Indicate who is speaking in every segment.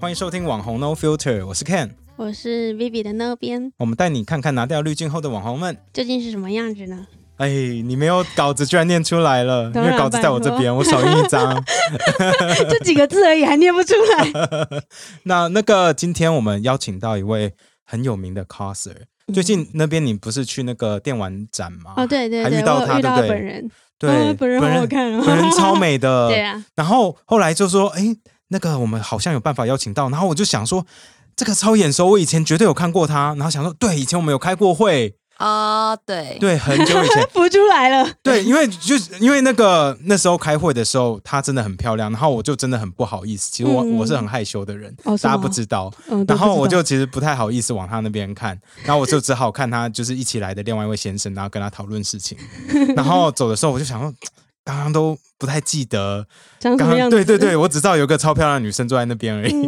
Speaker 1: 欢迎收听网红 No Filter，我是 Ken，
Speaker 2: 我是 Vivi 的那边，
Speaker 1: 我们带你看看拿掉滤镜后的网红们。
Speaker 2: 究竟是什么样子呢？
Speaker 1: 哎，你没有稿子居然念出来了，因
Speaker 2: 当然
Speaker 1: 为稿子在我这边，我手印一 张。
Speaker 2: 就几个字而已，还念不出来。
Speaker 1: 那那个今天我们邀请到一位很有名的 coser，最近那边你不是去那个电玩展吗？
Speaker 2: 嗯哦，对对
Speaker 1: 还
Speaker 2: 对，
Speaker 1: 遇到
Speaker 2: 我
Speaker 1: 他
Speaker 2: 有遇
Speaker 1: 对
Speaker 2: 到
Speaker 1: 不对
Speaker 2: 本人，
Speaker 1: 对
Speaker 2: 哦，本人好好看哦，
Speaker 1: 本人超。美的。
Speaker 2: 对啊，
Speaker 1: 然后后来就说，哎，那个我们好像有办法邀请到。然后我就想说，这个超眼熟，我以前绝对有看过他。然后想说，对，以前我们有开过会，
Speaker 3: 啊，Ah, 对，
Speaker 1: 对，很久以前。
Speaker 2: 浮出 来了。
Speaker 1: 对，因为就是因为那个那时候开会的时候，她真的很漂亮，然后我就真的很不好意思。其实我、
Speaker 2: 嗯
Speaker 1: 我是很害羞的人，
Speaker 2: 哦是
Speaker 1: 大家
Speaker 2: 吗
Speaker 1: 不知道。
Speaker 2: 嗯，都
Speaker 1: 然
Speaker 2: 不
Speaker 1: 后我
Speaker 2: 知道
Speaker 1: 就其实不太好意思往她那边看，然后我就只好看她就是一起来的另外一位先生，然后跟他讨论事 情。然后走的时候我就想说，刚刚都不太记得，
Speaker 2: 长什
Speaker 1: 刚
Speaker 2: 么样
Speaker 1: 刚
Speaker 2: 子。嗯
Speaker 1: 对对对，我只知道有个超漂亮的女生坐在那边而已。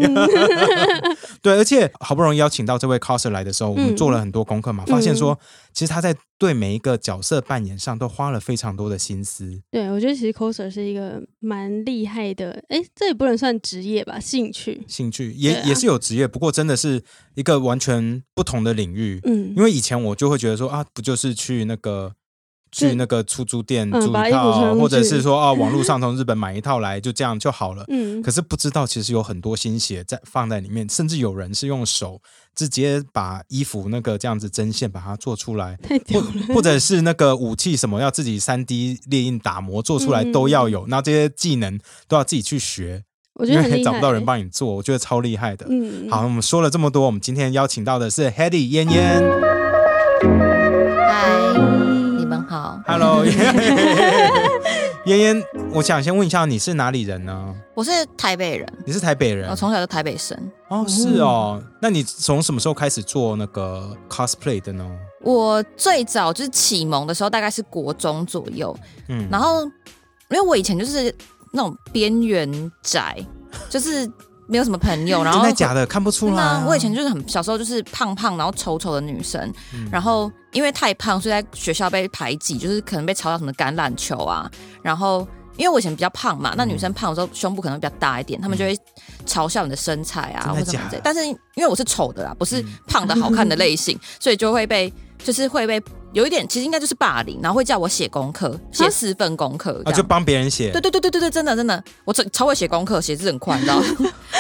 Speaker 1: 对，而且好不容易邀请到这位 coser 来的时候，我们
Speaker 2: 嗯
Speaker 1: 做了很多功课嘛，发现说其实他在对每一个角色扮演上都花了非常多的心思。
Speaker 2: 对，我觉得其实 coser 是一个蛮厉害的，哎，这也不能算职业吧，兴趣。
Speaker 1: 兴趣也、
Speaker 2: 对啊
Speaker 1: 也是有职业，不过真的是一个完全不同的领域。
Speaker 2: 嗯
Speaker 1: 因，为以前我就会觉得说啊，不就是去那个
Speaker 2: 对
Speaker 1: 去那个出租店
Speaker 2: 嗯
Speaker 1: 租
Speaker 2: 把
Speaker 1: 一
Speaker 2: 衣服
Speaker 1: 套，
Speaker 2: 穿上
Speaker 1: 或者
Speaker 2: 去
Speaker 1: 是说啊网络 上从日本买一套来，就这样就好了。
Speaker 2: 嗯，
Speaker 1: 可是不知道，其实有很多心血在放在里面，甚至有人是用手直接把衣服那个这样子针线把它做出来，
Speaker 2: 太屌
Speaker 1: 或
Speaker 2: 了。
Speaker 1: 或者是那个武器什么要自己三 D 列印打磨做出来
Speaker 2: 嗯
Speaker 1: 都要有，那、这些技能都要自己去学，
Speaker 2: 我觉
Speaker 1: 因
Speaker 2: 得很厉
Speaker 1: 为
Speaker 2: 害。
Speaker 1: 找不到人帮你做，我觉得超厉害的。
Speaker 2: 嗯，
Speaker 1: 好，我们说了这么多，我们今天邀请到的是 Hedy 燕燕
Speaker 3: 嗨，你们好，
Speaker 1: ，Hello，燕燕，我想先问一下，你是哪里人呢？
Speaker 3: 我是台北人，
Speaker 1: 你是台北人
Speaker 3: 我？从小嗯就台北生。
Speaker 1: 哦，是哦。那你从什么时候开始做那个 cosplay 的呢？
Speaker 3: 我最早就是启蒙的时候，大概是国中左右，
Speaker 1: 嗯，
Speaker 3: 然后因为我以前就是那种边缘宅，就是没有什么朋 友，然
Speaker 1: 真
Speaker 3: 后
Speaker 1: 的假的看不出
Speaker 3: 真
Speaker 1: 来
Speaker 3: 的
Speaker 1: 啊、
Speaker 3: 啊，我以前就是很小时候就是胖胖，然后丑丑的女生，
Speaker 1: 嗯
Speaker 3: 然后因为太胖，所以在学校被排挤，就是可能被嘲笑什么橄榄球啊。然后因为我以前比较胖嘛，
Speaker 1: 嗯
Speaker 3: 那女生胖的时候胸部可能比较大一点，他们就会嘲笑你的身材啊，
Speaker 1: 真的
Speaker 3: 或者什
Speaker 1: 假
Speaker 3: 么之
Speaker 1: 的
Speaker 3: 类。但是因为我是丑的啦，不是
Speaker 1: 嗯
Speaker 3: 胖的好看的类 型，所以就会被就是会被有一点，其实应该就是霸凌，然后会叫我写功课，写四份功课
Speaker 1: 啊，
Speaker 3: 这
Speaker 1: 就
Speaker 3: 样。
Speaker 1: 帮别人写
Speaker 3: 对，对对对对对，真的真的，我超超会写功课，写字很快，你知 道，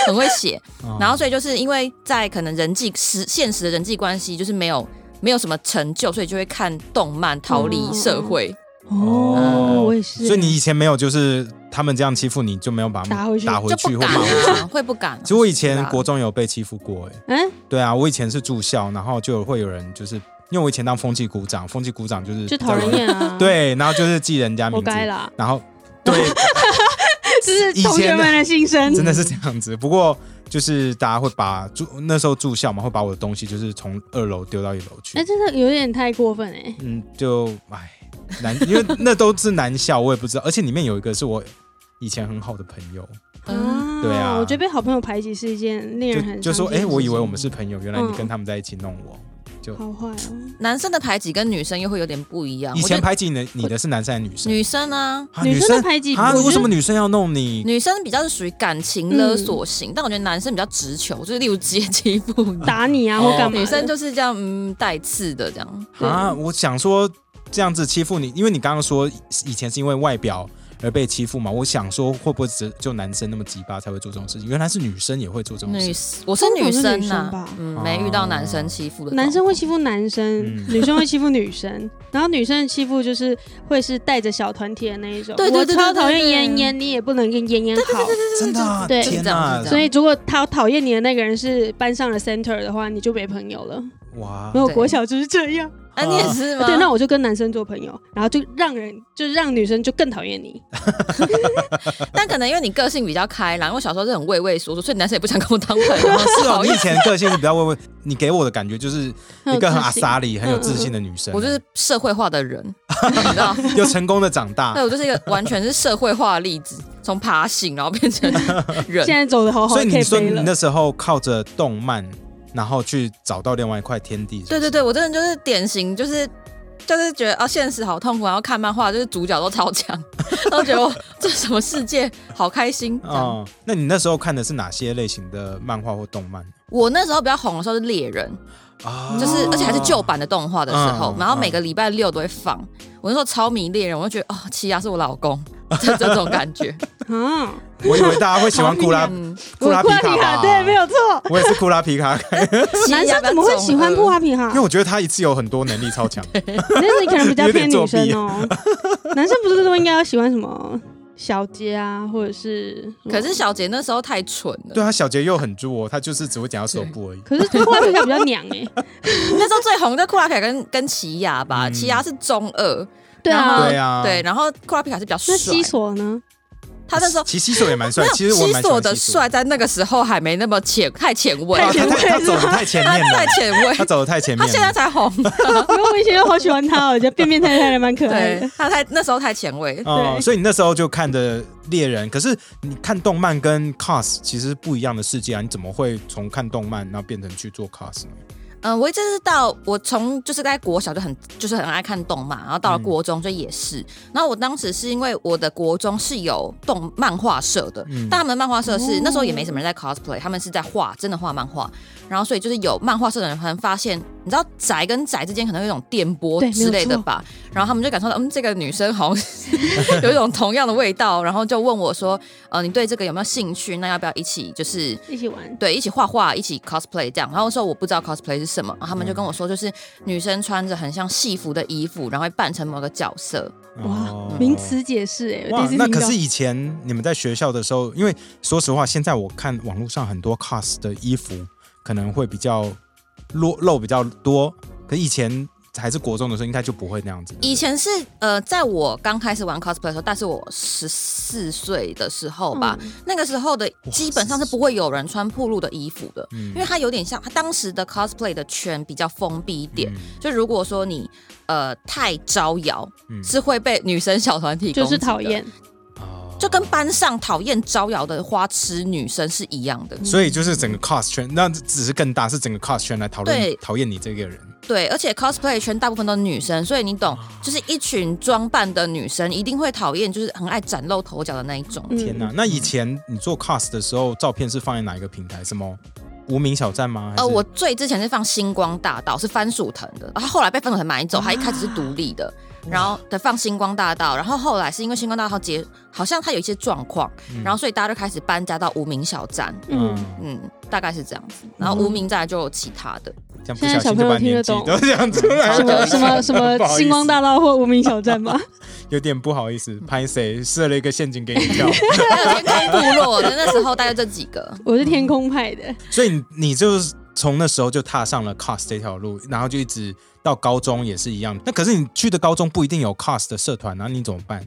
Speaker 3: 很会写。
Speaker 1: 哦
Speaker 3: 然后所以就是因为在可能人际实现实的人际关系就是没有没有什么成就，所以就会看动漫逃离社会。
Speaker 2: 哦，我也是。
Speaker 1: 所以你以前没有就是他们这样欺负你，就没有把他们
Speaker 2: 打回去
Speaker 1: 打嗯回
Speaker 3: 就
Speaker 1: 去或
Speaker 3: 不敢
Speaker 1: 骂回去。
Speaker 3: 啊，会不敢啊、
Speaker 1: 其实我以前国
Speaker 3: 是
Speaker 1: 中有被欺负过、欸，
Speaker 2: 嗯，
Speaker 1: 对啊，我以前是住校，然后就会有人就是因为我以前当风纪股长，风纪股长就是
Speaker 2: 就讨人厌啊。，
Speaker 1: 对，然后就是记人家名
Speaker 2: 活
Speaker 1: 字，
Speaker 2: 该 啦。
Speaker 1: 然后对，
Speaker 2: 这是
Speaker 1: 以前
Speaker 2: 同学们的心声。
Speaker 1: 真的是这样子。不过就是大家会把住那时候住校嘛，会把我的东西就是从二楼丢到一楼去
Speaker 2: 哎、。真的有点太过分哎、
Speaker 1: 嗯，就唉，男，因为那都是男校，我也不知道。而且里面有一个是我以前很好的朋友，
Speaker 3: 吧嗯，
Speaker 1: 对啊
Speaker 2: 我觉得被好朋友排挤是一件令人
Speaker 1: 就
Speaker 2: 很
Speaker 1: 就说，
Speaker 2: 哎、
Speaker 1: 哎、我以为我们是朋友，原来你跟他们在一起弄我。
Speaker 2: 好坏哦，
Speaker 3: 男生的排挤跟女生又会有点不一样。
Speaker 1: 以
Speaker 3: 我
Speaker 1: 前
Speaker 3: 觉得
Speaker 1: 排挤你的你的是男生还是女生？
Speaker 3: 女生啊，
Speaker 1: 啊
Speaker 2: 嗯女生的排挤，
Speaker 1: 啊，
Speaker 2: 我觉得
Speaker 1: 为什么女生要弄你？
Speaker 3: 女生比较是属于感情勒索型，
Speaker 1: 嗯
Speaker 3: 但我觉得男生比较直球，就是例如直接欺 负你。
Speaker 2: 打你啊
Speaker 1: 哦
Speaker 2: 或干嘛的？
Speaker 3: 女生就是这样，嗯，带刺的这样。
Speaker 2: 对
Speaker 1: 啊，我想说这样子欺负你，因为你刚刚说以前是因为外表而被欺负嘛，我想说会不会只就男生那么鸡巴才会做这种事情？原来是女生也会做这种事
Speaker 3: 女
Speaker 1: 情。，
Speaker 3: 我是女
Speaker 2: 通常是
Speaker 3: 生
Speaker 2: 女
Speaker 3: 呐、
Speaker 2: 生吧哦
Speaker 3: 嗯，没遇到男生欺负的。
Speaker 2: 男生会欺负男生，
Speaker 1: 嗯
Speaker 2: 女生会欺负女生，然后女生的欺负就是会是带着小团体的那一种。
Speaker 3: 对对对对
Speaker 2: 我超讨厌
Speaker 3: 对对对
Speaker 2: 嫣嫣，你也不能跟嫣嫣好。
Speaker 1: 真的啊、
Speaker 2: 对
Speaker 1: 天
Speaker 3: 是这样
Speaker 1: 哪！
Speaker 3: 是这
Speaker 2: 所以，如果他讨厌你的那个人是班上的 center 的话，你就没朋友了。
Speaker 1: 啊哇
Speaker 2: 没，有
Speaker 3: 对
Speaker 2: 国小就是这样。
Speaker 3: 啊，你也 是吗？
Speaker 2: 对，那我就跟男生做朋友，然后就让人就让女生就更讨 厌你。
Speaker 3: 但可能因为你个性比较开朗，因为我小时候是很畏畏缩缩，所以男生也不想跟我当朋友。
Speaker 1: 是哦，你以前个性是比较微微，你给我的感觉就是
Speaker 2: 很有
Speaker 1: 一个很
Speaker 2: 自
Speaker 1: 阿
Speaker 2: 信
Speaker 1: 莎里、很有自信的女生。啊
Speaker 3: 我就是社会化的人， 你知道？
Speaker 1: 又成功的长大
Speaker 3: 对，，我就是一个完全是社会化的例子，从爬行然后变成 人
Speaker 2: 现。在走的好好，
Speaker 1: 所以
Speaker 2: 可
Speaker 1: 你说
Speaker 2: 飞
Speaker 1: 你
Speaker 2: 了。
Speaker 1: 那时候靠着动漫，然后去找到另外一块天地。是不
Speaker 3: 对
Speaker 1: 是
Speaker 3: 对，对，我真的就是典型，就是就是觉得啊，现实好痛苦，然后看漫画就是主角都超强， 然后觉得我这什么世界好开心。这样
Speaker 1: 哦，那你那时候看的是哪些类型的漫画或动漫
Speaker 3: 我那时候比较红的时候是猎人，
Speaker 1: 啊？
Speaker 3: 就是而且还是旧版的动画的时候，
Speaker 1: 嗯
Speaker 3: 然后每个礼拜六都会放。我那时候超迷猎人，我就觉得哦，奇亚是我老公， 这这种感觉。
Speaker 2: 啊，
Speaker 1: 我以为大家会喜欢库拉
Speaker 3: 嗯，
Speaker 1: 库拉皮
Speaker 2: 我
Speaker 1: 卡
Speaker 2: 库
Speaker 1: 吧，
Speaker 2: 拉对，没有错。
Speaker 1: 我也是库拉皮 卡，
Speaker 2: 男生怎么会喜欢布
Speaker 3: 不
Speaker 2: 哈皮哈
Speaker 1: 因为？我觉得他一次 有很多能力超强，
Speaker 2: 那你可能比较
Speaker 1: 有点
Speaker 2: 偏
Speaker 1: 作
Speaker 2: 女
Speaker 1: 弊
Speaker 2: 生哦。 男生不是都应该要喜欢什么小杰啊，或者是什么？
Speaker 3: 可是小杰那时候太蠢了，
Speaker 1: 对他小杰又很弱，他就是只会讲到手部而已。
Speaker 2: 可是布哈皮卡比较娘 哎、
Speaker 3: 那时候最红的库拉皮卡跟跟奇亚吧，
Speaker 1: 嗯
Speaker 3: 奇亚是中二，
Speaker 2: 对
Speaker 3: 然后
Speaker 2: 啊
Speaker 1: 对，啊，
Speaker 3: 嗯对，，然后库拉皮卡是比较帅
Speaker 2: 那，西索呢？
Speaker 3: 他那时候。
Speaker 1: 其实西索也蛮
Speaker 3: 没
Speaker 1: 帅
Speaker 3: 有，
Speaker 1: 其实我蛮喜
Speaker 3: 索
Speaker 1: 欢
Speaker 3: 的
Speaker 1: 西索
Speaker 3: 帅，在那个时候还没那么前，太前卫，
Speaker 1: 啊
Speaker 2: 太
Speaker 1: 他他
Speaker 2: 前卫
Speaker 1: 他
Speaker 2: 了
Speaker 1: 走的太前 面
Speaker 3: 太
Speaker 1: 了，
Speaker 3: 前卫
Speaker 1: 他。走的太前
Speaker 3: 他
Speaker 1: 面
Speaker 3: 现在
Speaker 1: 了。
Speaker 3: 才红，
Speaker 2: 啊因为我以前就好喜欢他哦，我觉得变变态态的蛮可爱
Speaker 3: 啊对
Speaker 2: 的。
Speaker 3: 他太那时候太前卫。
Speaker 1: 哦，
Speaker 2: 对
Speaker 1: 所以你那时候就看的猎人，可是你看动漫跟 cos 其实不一样的世界啊，你怎么会从看动漫然后变成去做 cos 呢？
Speaker 3: 嗯，我一直是到我从就是在国小就很就是很爱看动漫，然后到了国中就也是。然后我当时是因为我的国中是有动漫画社的，
Speaker 1: 嗯
Speaker 3: 但他们的漫画社是、
Speaker 2: 哦
Speaker 3: 那时候也没什么人在 cosplay，他们是在画真的画漫画。然后所以就是有漫画社的人可能发现，你知道宅跟宅之间可能有一种电波
Speaker 2: 对
Speaker 3: 之类
Speaker 2: 没有
Speaker 3: 的
Speaker 2: 错
Speaker 3: 吧，然后他们就感受到嗯这个女生好像 有一种同样的味道，然后就问我说，呃你对这个有没有兴趣？那要不要一起就是
Speaker 2: 一起玩，
Speaker 3: 对，一起画画，一起 cosplay 这样。然后说我不知道 cosplay 是什么，然后他
Speaker 2: 嗯
Speaker 3: 们就跟我说，就是女生穿着很像戏服的衣服，然后会扮成某个角色。
Speaker 1: 哦
Speaker 2: 哇，名词解释哎、我
Speaker 1: 哇，
Speaker 2: 第一次
Speaker 1: 那
Speaker 2: 听
Speaker 1: 可
Speaker 2: 到
Speaker 1: 是。以前你们在学校的时候，因为说实话，现在我看网络上很多 cos 的衣服可能会比较露露比较多，可以前还是国中的时候，应该就不会那样子。
Speaker 3: 以前是呃，在我刚开始玩 cosplay 的时候，但是我十四岁的时候吧，
Speaker 2: 嗯
Speaker 3: 那个时候的基本上是不会有人穿暴露的衣服的，
Speaker 2: 嗯
Speaker 1: 嗯
Speaker 3: 因为它有点像它当时的 cosplay 的圈比较封闭一
Speaker 2: 嗯
Speaker 3: 点。就如果说你呃太招摇，
Speaker 1: 嗯
Speaker 3: 是会被女生小团体
Speaker 2: 就是
Speaker 3: 攻击的
Speaker 2: 讨厌，
Speaker 1: 哦
Speaker 3: 就跟班上讨厌招摇的花痴女生是一样的。
Speaker 1: 所以就是整个 cos 圈，那只是更大，是整个 cos 圈来讨论
Speaker 3: 对
Speaker 1: 讨厌你这个人。
Speaker 3: 对，而且 cosplay 圈大部分都是女生，所以你懂，就是一群装扮的女生一定会讨厌，就是很爱崭露头角的那一种。
Speaker 2: 嗯
Speaker 1: 天哪！那以前你做 cos 的时候，照片是放在哪一个平台？什么无名小站吗？还是
Speaker 2: 哦
Speaker 3: 呃，我最之前是放星光大道，是番薯藤的，然后后来被番薯藤买走，它一开始是独立的，然后对放星光大道，然后后来是因为星光大道结，好像它有一些状况，然后所以大家就开始搬家到无名小站，
Speaker 2: 嗯，
Speaker 3: 嗯，大概是这样子，然后无名再来就有其他的，
Speaker 1: 这样不小心就把年纪
Speaker 2: 现在小朋友听得懂
Speaker 1: 都讲出来
Speaker 2: 什 么
Speaker 1: 了，
Speaker 2: 什么什
Speaker 1: 不
Speaker 2: 么
Speaker 1: 好意思
Speaker 2: 星光大道或无名小 站吧，
Speaker 1: 有点不好意思，拍谁设了一个陷阱给你跳。
Speaker 3: 还有天空部落，就那时候大概这几个。
Speaker 2: 我是天空派的，
Speaker 1: 所以你你就是从那时候就踏上了 cos 这条路，然后就一直到高中也是一样。那可是你去的高中不一定有 cos 的社团啊，你怎么办？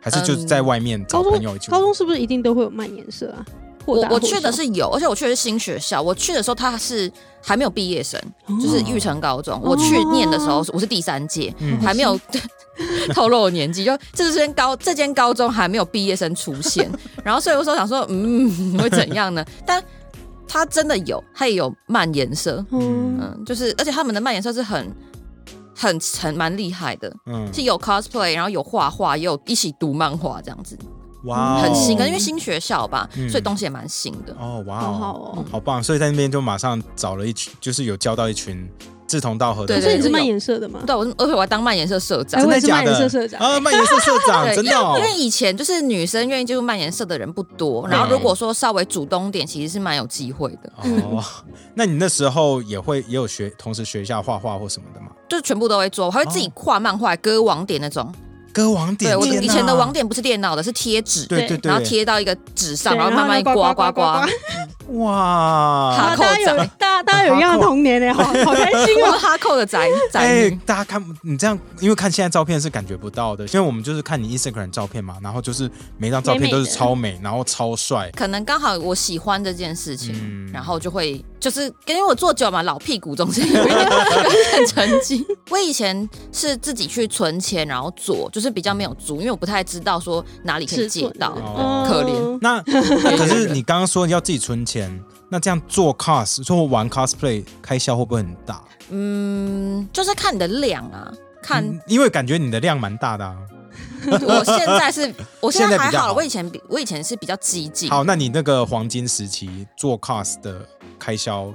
Speaker 1: 还是就是在外面找
Speaker 2: 高
Speaker 1: 朋友
Speaker 3: 嗯
Speaker 1: 一
Speaker 2: 中
Speaker 1: 起玩？
Speaker 2: 高中是不是一定都会有漫颜社啊？或
Speaker 3: 我
Speaker 2: 大
Speaker 3: 我
Speaker 2: 或
Speaker 3: 去的
Speaker 2: 小
Speaker 3: 是有，而且我去的是新学校。我去的时候他是还没有毕业生，
Speaker 1: 哦
Speaker 3: 就是育成高中。我去念的时候我是第三届，
Speaker 1: 嗯
Speaker 3: 还没有 透露我年纪，就这间高这间高中还没有毕业生出现。然后所以我说想说，嗯，会怎样呢？但他真的有，他也有漫颜社，
Speaker 2: 嗯，
Speaker 3: 嗯，就是而且他们的漫颜社是很很很蛮厉害的，
Speaker 1: 嗯，
Speaker 3: 是有 cosplay，然后有画画，也有一起读漫画这样子，
Speaker 1: 哇哦，
Speaker 3: 很新。可能因为新学校吧，
Speaker 1: 嗯
Speaker 3: 所以东西也蛮新的。
Speaker 1: 哦，哇
Speaker 2: 好好
Speaker 1: 哦，
Speaker 2: 哦。
Speaker 1: 好棒！所以在那边就马上找了一群，就是有交到一群志同道合的
Speaker 3: 对
Speaker 1: 人，
Speaker 2: 所以你是
Speaker 3: 对
Speaker 2: 漫颜社的吗？
Speaker 3: 对，我是而且我还当漫颜社社长
Speaker 2: 哎
Speaker 1: 真。
Speaker 2: 我
Speaker 1: 的
Speaker 2: 也是
Speaker 1: 假的？
Speaker 2: 漫研社社长
Speaker 1: 啊，漫研社社长，
Speaker 3: 对
Speaker 1: 真的哦
Speaker 3: 因，为以前就是女生愿意进入漫颜社的人不多，然后如果说稍微主动点，其实是蛮有机会的，
Speaker 1: 哦，那你那时候也会也有学，同时学一下画画或什么的吗？
Speaker 3: 就是全部都会做，我还会自己画漫画、割网点那种。
Speaker 1: 歌网哦点，
Speaker 3: 对我
Speaker 1: 天哪
Speaker 3: 以前的网，点不是电脑的，是贴纸，
Speaker 1: 对对
Speaker 2: 对
Speaker 1: 对，
Speaker 3: 然后贴到一个纸上，
Speaker 2: 对
Speaker 3: 然后慢慢
Speaker 2: 然后
Speaker 3: 刮
Speaker 2: 刮
Speaker 3: 刮
Speaker 2: 刮
Speaker 3: 刮
Speaker 2: 刮。
Speaker 1: 哇
Speaker 3: 好，
Speaker 2: 啊大家有
Speaker 3: 扣仔
Speaker 2: 大家大家有一样的童年 欸呢，好好开心
Speaker 3: 我
Speaker 2: 哦。
Speaker 3: 是哈扣的宅宅
Speaker 1: 哎
Speaker 3: 女，，
Speaker 1: 大家看不你这样，因为看现在照片是感觉不到的，因为我们就是看你 Instagram 照片嘛，然后就是每张照片都是超美，然后超 帅，
Speaker 3: 可能刚好我喜欢这件事情，
Speaker 1: 嗯
Speaker 3: 然后就会就是因为我做久嘛，老屁股总是有一点 有一点成绩。我以前是自己去存钱，然后做，就是比较没有租，因为我不太知道说哪里可
Speaker 2: 尺
Speaker 3: 以借
Speaker 2: 寸
Speaker 3: 到。
Speaker 1: 哦
Speaker 3: 可怜
Speaker 2: 嗯
Speaker 1: 那那可是你刚刚说你要自己存钱，那这样做 cos 做玩 cosplay 开销会不会很大？
Speaker 3: 嗯，就是看你的量啊。看
Speaker 1: 嗯因为感觉你的量蛮大的啊。
Speaker 3: 我现在是，我现
Speaker 1: 现在
Speaker 3: 在
Speaker 1: 比
Speaker 3: 还
Speaker 1: 较
Speaker 3: 好
Speaker 1: 好
Speaker 3: 了。我以前比，我以前是比较激进。
Speaker 1: 好，那你那个黄金时期做 cos 的开销，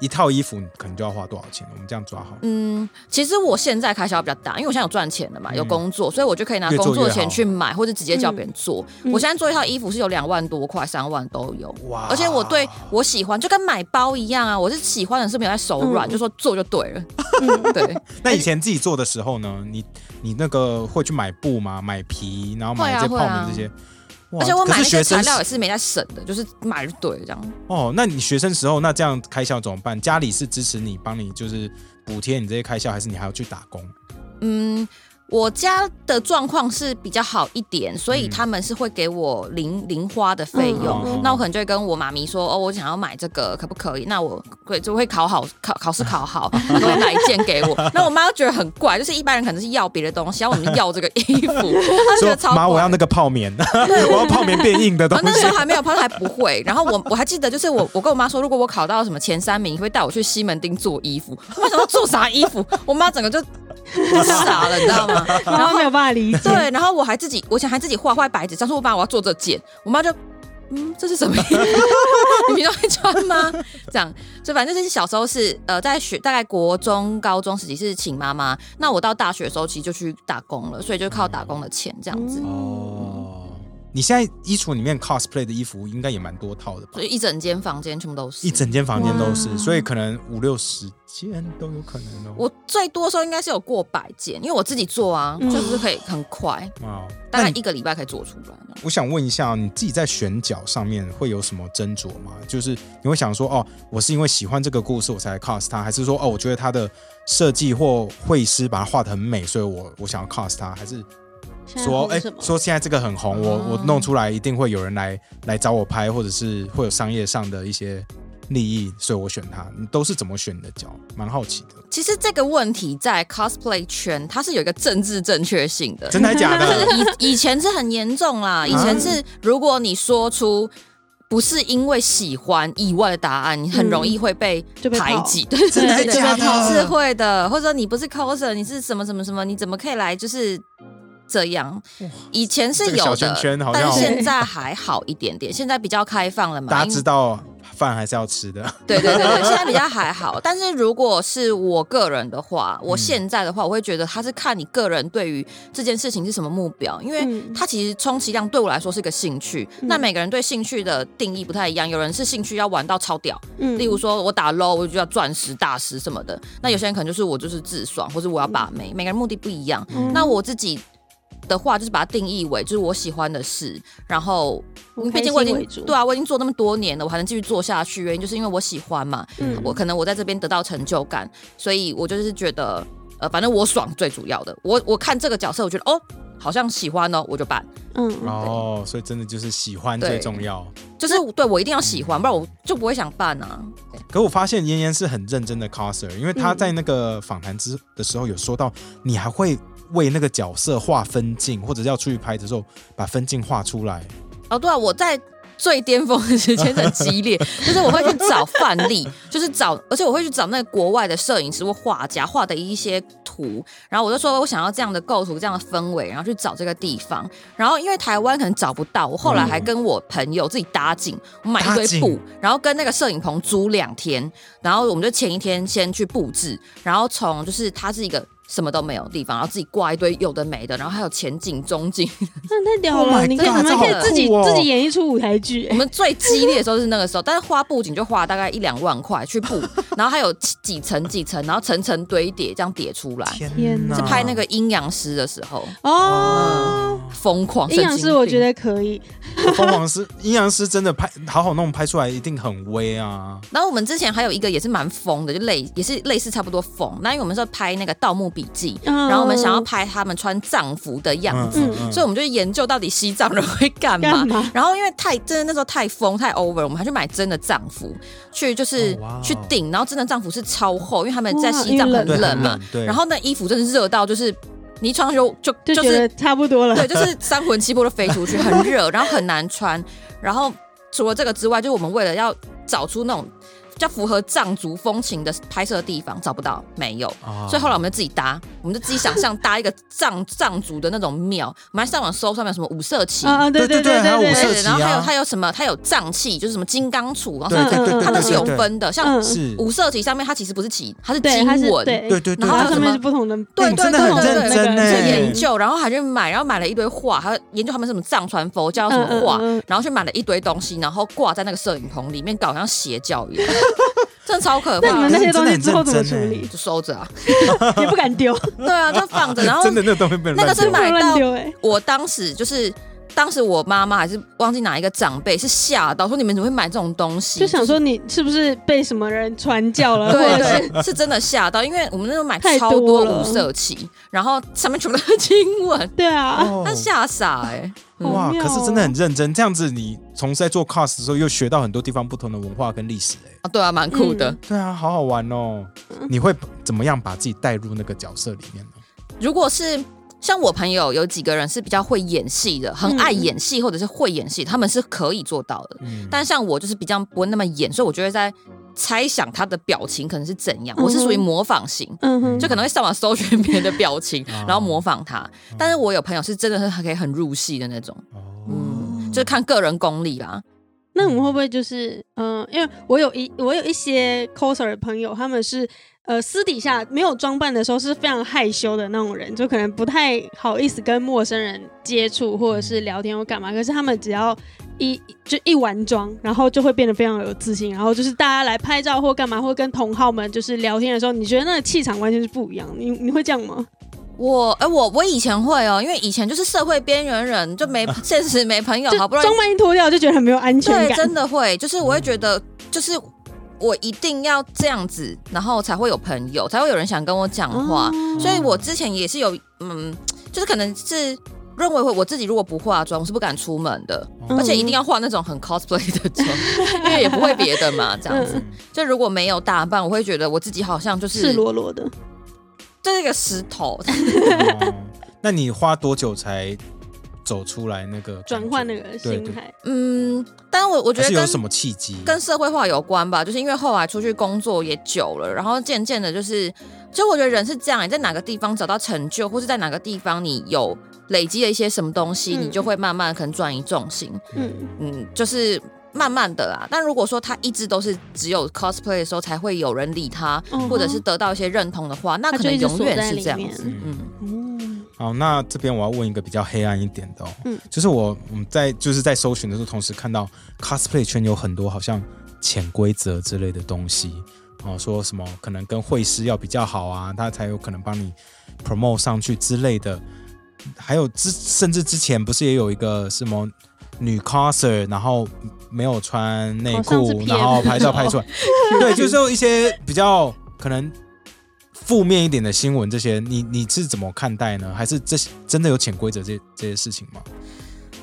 Speaker 1: 一套衣服可能就要花多少钱？我们这样抓好。
Speaker 3: 嗯，其实我现在开销比较大，因为我现在有赚钱了嘛，有工作，所以我就可以拿
Speaker 1: 嗯越做
Speaker 3: 工作
Speaker 1: 越
Speaker 3: 钱
Speaker 1: 好
Speaker 3: 去买，或者直接叫别人做。
Speaker 2: 嗯
Speaker 3: 我现在做一套衣服是有两万多块、三万都有。
Speaker 1: 哇
Speaker 3: 而且我对我喜欢，就跟买包一样啊，我是喜欢的是没有在手软，
Speaker 2: 嗯
Speaker 3: 就说做就对了。
Speaker 2: 嗯
Speaker 3: 对，
Speaker 1: 那以前自己做的时候呢，你你那个会去买布吗？买皮，然后买
Speaker 3: 会
Speaker 1: 这
Speaker 3: 啊
Speaker 1: 些
Speaker 3: 会
Speaker 1: 泡
Speaker 3: 啊
Speaker 1: 棉这些。哇
Speaker 3: 而且我
Speaker 1: 可
Speaker 3: 买
Speaker 1: 是
Speaker 3: 那些
Speaker 1: 学
Speaker 3: 材
Speaker 1: 生
Speaker 3: 料也
Speaker 1: 时
Speaker 3: 是没在省的，就是买就对了这样。
Speaker 1: 哦，那你学生时候那这样开销怎么办？家里是支持你帮你就是补贴你这些开销，还是你还要去打工？
Speaker 3: 嗯，我家的状况是比较好一点，所以
Speaker 1: 嗯
Speaker 3: 他们是会给我零零花的费用。
Speaker 1: 嗯
Speaker 3: 那我可能就会跟我妈咪说，哦，我想要买这个，可不可以？那我会就会考好考考试 考好，她就会买一件给我。那我妈就觉得很怪，就是一般人可能是要别的东西，然后我们要这个衣服，她觉
Speaker 1: 说
Speaker 3: 得超
Speaker 1: 妈，我
Speaker 3: 怪
Speaker 1: 要。那个泡棉， 我要泡棉变硬的东
Speaker 3: 然后那时
Speaker 1: 西。
Speaker 3: 候还没有泡，还不会。然后我我还记得，就是我我跟我妈说，如果我考到什么前三名，会带我去西门町做衣服。我妈想说做啥衣服？我妈整个就傻了，你知道吗？
Speaker 2: 然后没有办法理解，
Speaker 3: 对，然后我还自己，我以前还自己画画白纸，上说我爸我要做这件，我妈就。嗯，这是什么意思？ 你平常会穿吗？这样，就反正就是小时候是呃，在学大概国中、高中时期是请妈妈，那我到大学的时候其实就去打工了，所以就靠打工的钱这样子，
Speaker 2: 嗯
Speaker 1: 哦，你现在衣橱里面 cosplay 的衣服应该也蛮多套的吧
Speaker 3: 所？以一整间房间全部都是。
Speaker 1: 一整间房间都
Speaker 2: 哇
Speaker 1: 是，所以可能五六十件都有可能哦。
Speaker 3: 我最多的时候应该是有过百件，因为我自己做啊，
Speaker 2: 嗯
Speaker 3: 就是可以很快，
Speaker 1: 哇，哦
Speaker 3: 大
Speaker 1: 那
Speaker 3: 概
Speaker 1: 你
Speaker 3: 一个礼拜可以做出来。
Speaker 1: 我想问一下，你自己在选角上面会有什么斟酌吗？就是你会想说，哦，我是因为喜欢这个故事我才 cos 它，还是说，哦，我觉得它的设计或绘师把它画的很美，所以我我想要 cos 它，还是
Speaker 2: 现在
Speaker 1: 说，
Speaker 2: 红
Speaker 1: 哎、
Speaker 2: 什么
Speaker 1: 说现在这个很红，我我弄出来一定会有人来来找我拍，或者是会有商业上的一些利益，所以我选它。你都是怎么选的角？蛮好奇的，
Speaker 3: 其实这个问题在 cosplay 圈它是有一个政治正确性的，
Speaker 1: 真的还假的？
Speaker 3: 以 以前是很严重
Speaker 1: 啊
Speaker 3: 啦，以前是如果你说出不是因为喜欢以外的答案，你很容易会被
Speaker 1: 嗯
Speaker 2: 就被
Speaker 3: 排
Speaker 2: 泡
Speaker 3: 挤，对
Speaker 1: 真的还
Speaker 3: 对对
Speaker 1: 假的
Speaker 3: 是会的，或者说你不是 coser，你是什么什么什么，你怎么可以来就是？这样，以前是
Speaker 1: 这个
Speaker 3: 有
Speaker 1: 小
Speaker 3: 的，
Speaker 1: 圈圈好像
Speaker 3: 但是现在还好一点点，现在比较开放了嘛。
Speaker 1: 大家
Speaker 3: 因
Speaker 1: 知道饭还是要 吃的。
Speaker 3: 对对对对，现在比较 还好。但是如果是我个人的话，
Speaker 2: 嗯
Speaker 3: 我现在的话，我会觉得他是看你个人对于这件事情是什么目标，因为
Speaker 2: 嗯
Speaker 3: 它其实充其量对我来说是个兴趣。
Speaker 2: 嗯
Speaker 3: 那每个人对兴趣的定义不太一样，有人是兴趣要玩到超屌，
Speaker 2: 嗯
Speaker 3: 例如说我打 low 我就要钻石、大师什么的。那有些人可能就是我就是自爽，或者我要把妹，每个人目的不一样。
Speaker 2: 嗯
Speaker 3: 那我自己。的话就是把它定义为就是我喜欢的事，然后
Speaker 2: 我
Speaker 3: 毕
Speaker 2: 开
Speaker 3: 竟我已
Speaker 2: 心为
Speaker 3: 经
Speaker 2: 主，
Speaker 3: 对啊，我已经做那么多年了，我还能继续做下去，原因就是因为我喜欢嘛。
Speaker 2: 嗯
Speaker 3: 我可能我在这边得到成就感，所以我就是觉得，呃，反正我爽最主要的。我我看这个角色，我觉得哦，好像喜欢哦，我就办。
Speaker 2: 嗯
Speaker 1: 哦，所以真的就是喜欢最
Speaker 3: 对
Speaker 1: 重要。
Speaker 3: 就是对我一定要喜欢，不然我就不会想办啊。
Speaker 1: 可我发现嫣嫣是很认真的 coser，因为她在那个访谈之的时候有说到，你还会为那个角色画分镜，或者是要出去拍的时候把分镜画出来。
Speaker 3: 哦，对啊，我在最巅峰的时间很激 烈，就是我会去找范例，就是找，而且我会去找那个国外的摄影师或画家画的一些图，然后我就说我想要这样的构图、这样的氛围，然后去找这个地方。然后因为台湾可能找不到，我后来还跟我朋友自己搭景，我买一
Speaker 1: 嗯搭
Speaker 3: 堆
Speaker 1: 景
Speaker 3: 布，然后跟那个摄影棚租两天，然后我们就前一天先去布置，然后从就是它是一个。什么都没有的地方，然后自己挂一堆有的没的，然后还有前景、中景，
Speaker 2: 那太屌
Speaker 1: Oh
Speaker 2: 了！
Speaker 1: my
Speaker 2: 你
Speaker 1: God，
Speaker 2: 们还
Speaker 3: 这
Speaker 2: 可
Speaker 3: 好
Speaker 2: 以自己
Speaker 1: 酷哦
Speaker 2: 自己演一出舞台剧
Speaker 3: 我，们最激烈的时候是那个时候，但是花布景就花了大概一两万块去布，然后还有几几层几层，然后层层堆叠这样叠出来。
Speaker 2: 天哪
Speaker 3: 是拍那个阴阳师的时候，
Speaker 2: 哦，
Speaker 3: 疯狂
Speaker 2: 营养
Speaker 3: 神经
Speaker 2: 师
Speaker 3: 病
Speaker 2: 我觉得可以，
Speaker 1: 疯狂师、阴阳师真的拍好好弄，拍出来一定很威啊！
Speaker 3: 然后我们之前还有一个也是蛮疯的，就类也是类似差不多疯。那因为我们是拍那个《盗墓笔记》，
Speaker 2: 然
Speaker 3: 然后我们想要拍他们穿藏服的样子，
Speaker 2: 嗯
Speaker 3: 所以我们就研究到底西藏人会干嘛。
Speaker 2: 干嘛？
Speaker 3: 然后因为太真的那时候太疯太 over，我们还去买真的藏服去就是
Speaker 1: 哦哇哦
Speaker 3: 去订，然后真的藏服是超厚，因为他们在
Speaker 2: 哇
Speaker 3: 西藏
Speaker 2: 因为
Speaker 3: 很
Speaker 1: 对
Speaker 2: 冷
Speaker 3: 冷
Speaker 1: 很
Speaker 3: 嘛
Speaker 1: 冷，，对，
Speaker 3: 然后那衣服真的热到就是你一穿上去就就
Speaker 2: 就
Speaker 3: 就
Speaker 2: 觉
Speaker 3: 是
Speaker 2: 得差不多了，
Speaker 3: 对，就是三魂七魄的飞出去，很热，然后很难穿。然后除了这个之外，就是我们为了要找出那种比较符合藏族风情的拍摄地方找不到，没有。
Speaker 1: 啊
Speaker 3: 所以后来我们就自己搭，我们就自己想象搭一个藏藏族的那种庙，我们还上网搜上面有什么五色旗，
Speaker 2: 啊，对
Speaker 1: 对
Speaker 2: 对
Speaker 1: 对还有
Speaker 2: 对
Speaker 1: 五色
Speaker 3: 对，
Speaker 1: 旗
Speaker 3: 然后还有
Speaker 1: 啊
Speaker 3: 它有什么，它有藏器，就是什么金刚杵，然后
Speaker 1: 对
Speaker 3: 什么
Speaker 1: 对对对，
Speaker 3: 它那是有
Speaker 1: 对，
Speaker 3: 分的，像
Speaker 2: 嗯
Speaker 1: 是，
Speaker 3: 五色旗上面它其实不是旗，它是
Speaker 2: 对，
Speaker 3: 经
Speaker 2: 它是
Speaker 3: 文，
Speaker 2: 对
Speaker 1: 对对对，
Speaker 3: 然后
Speaker 2: 它
Speaker 1: 对
Speaker 2: 上
Speaker 1: 对
Speaker 2: 面是不同的，
Speaker 3: 对
Speaker 1: 你
Speaker 3: 对
Speaker 1: 真的
Speaker 3: 对
Speaker 1: 很
Speaker 3: 对
Speaker 1: 认
Speaker 3: 对
Speaker 1: 真欸
Speaker 2: 对
Speaker 3: 去
Speaker 2: 对
Speaker 1: 呢
Speaker 3: 研。究，然后还去买，然后买了一堆画，还有研究他们什么藏传佛教什么
Speaker 2: 嗯嗯
Speaker 3: 画，
Speaker 2: 嗯
Speaker 3: 然后去买了一堆东西，然后挂在那个摄影棚里面，搞得像邪教 一样，真的超可
Speaker 2: 那你
Speaker 3: 怕
Speaker 2: 们
Speaker 1: 可
Speaker 2: 那
Speaker 3: 的。
Speaker 1: 是
Speaker 2: 些东
Speaker 1: 真的
Speaker 2: 西
Speaker 1: 很
Speaker 2: 之后怎么
Speaker 1: 认
Speaker 2: 处
Speaker 1: 真欸
Speaker 2: 理？
Speaker 3: 就收着啊，
Speaker 2: 也不敢 丢，
Speaker 3: 对啊，就放着， 然后
Speaker 1: 真的那个东西被
Speaker 3: 那个是
Speaker 2: 不
Speaker 1: 买，
Speaker 2: 能
Speaker 3: 买
Speaker 2: 乱
Speaker 3: 到
Speaker 2: 丢哎。
Speaker 3: 我当时就是。当时我妈妈还是忘记哪一个长辈是吓到，说你们怎么会买这种东西？
Speaker 2: 就想说你是不是被什么人传教了，或
Speaker 3: 对
Speaker 2: 者是
Speaker 3: 对，是真的吓到，因为我们那时候买
Speaker 2: 太
Speaker 3: 超
Speaker 2: 多
Speaker 3: 多
Speaker 2: 了
Speaker 3: 五色旗，然后上面全部都是经文，
Speaker 2: 对啊，
Speaker 1: 哦
Speaker 3: 他吓傻哎、嗯
Speaker 1: 哇！
Speaker 2: 好妙
Speaker 1: 可
Speaker 2: 哦
Speaker 1: 是真的很认真，这样子你从在做 cos 的时候又学到很多地方不同的文化跟历史、欸，
Speaker 3: 啊，对啊，蛮酷的。
Speaker 2: 嗯
Speaker 1: 对啊，好好玩哦！
Speaker 3: 嗯
Speaker 1: 你会怎么样把自己带入那个角色里面呢？
Speaker 3: 如果是像我朋友有几个人是比较会演戏的，很爱演戏或者是会演戏，他们是可以做到的。
Speaker 1: 嗯，
Speaker 3: 但像我就是比较不会那么演，所以我就会在猜想他的表情可能是怎样。
Speaker 2: 嗯哼
Speaker 3: 我是属于模仿型。
Speaker 2: 嗯哼，
Speaker 3: 就可能会上网搜寻别人的表情，
Speaker 1: 哦
Speaker 3: 然后模仿他。但是我有朋友是真的是可以很入戏的那种，
Speaker 1: 哦，
Speaker 3: 嗯，就是看个人功力啦。
Speaker 2: 那你们会不会就是嗯、呃因为我有一我有一些 coser 的朋友，他们是呃私底下没有装扮的时候是非常害羞的那种人，就可能不太好意思跟陌生人接触或者是
Speaker 3: 嗯
Speaker 2: 聊天或干嘛。可是他们只要一就一完妆，然后就会变得非常有自信，然后就是大家来拍照或干嘛，或跟同好们就是聊天的时候，你觉得那个气场完全是不一样的。你你会这样吗？
Speaker 3: 我哎、我我以前会哦，因为以前就是社会边缘人，就没现实没朋友，
Speaker 2: 啊就
Speaker 3: 哦好不容易
Speaker 2: 装扮一脱掉就觉得很没有安全
Speaker 3: 对，
Speaker 2: 感。
Speaker 3: 真的会，就是我会觉得，就是我一定要这样子，然后才会有朋友，才会有人想跟我讲话。
Speaker 2: 哦
Speaker 3: 所以我之前也是有，嗯，就是可能是认为我自己如果不化妆，我是不敢出门的，
Speaker 1: 嗯
Speaker 3: 而且一定要化那种很 cosplay 的 妆，因为也不会别的嘛，这样子。就如果没有打扮，我会觉得我自己好像就是
Speaker 2: 嗯赤裸裸的。
Speaker 3: 这是一个石头，
Speaker 1: 哦那你花多久才走出来那个感觉
Speaker 2: 转换那个
Speaker 1: 对
Speaker 2: 心
Speaker 1: 对
Speaker 2: 态，
Speaker 3: 嗯，但是我我觉
Speaker 1: 还是
Speaker 3: 得
Speaker 1: 有
Speaker 3: 跟
Speaker 1: 什么契机？
Speaker 3: 跟社会化有关吧，就是因为后来出去工作也久了，然后渐渐的，就是，其实我觉得人是这样，欸你在哪个地方找到成就，或是在哪个地方你有累积了一些什么东西，
Speaker 2: 嗯
Speaker 3: 你就会慢慢可能转移重心，
Speaker 2: 嗯
Speaker 3: 嗯，就是慢慢的啦。但如果说他一直都是只有 cosplay 的时候才会有人理他，
Speaker 2: 嗯
Speaker 3: 或者是得到一些认同的话，那
Speaker 2: 他
Speaker 3: 可
Speaker 2: 就
Speaker 3: 能
Speaker 2: 一直
Speaker 3: 永
Speaker 2: 锁
Speaker 3: 远
Speaker 2: 在
Speaker 3: 是
Speaker 2: 里
Speaker 3: 这样
Speaker 2: 面
Speaker 3: 子，嗯，
Speaker 2: 嗯
Speaker 1: 好，那这边我要问一个比较黑暗一点的、哦，
Speaker 2: 嗯
Speaker 1: 就是我我们在就是在搜寻的时候，同时看到 cosplay 圈有很多好像潜规则之类的东西，哦，说什么可能跟会师要比较好啊，他才有可能帮你 promote 上去之类的。还有之甚至之前不是也有一个什么女 coser，然后没有穿内
Speaker 2: 哦上次
Speaker 1: 裤，
Speaker 2: 骗
Speaker 1: 然后拍照拍出来，对，就是有一些比较可能负面一点的新闻，这些你你是怎么看待呢？还是这些真的有潜规则这这些事情吗？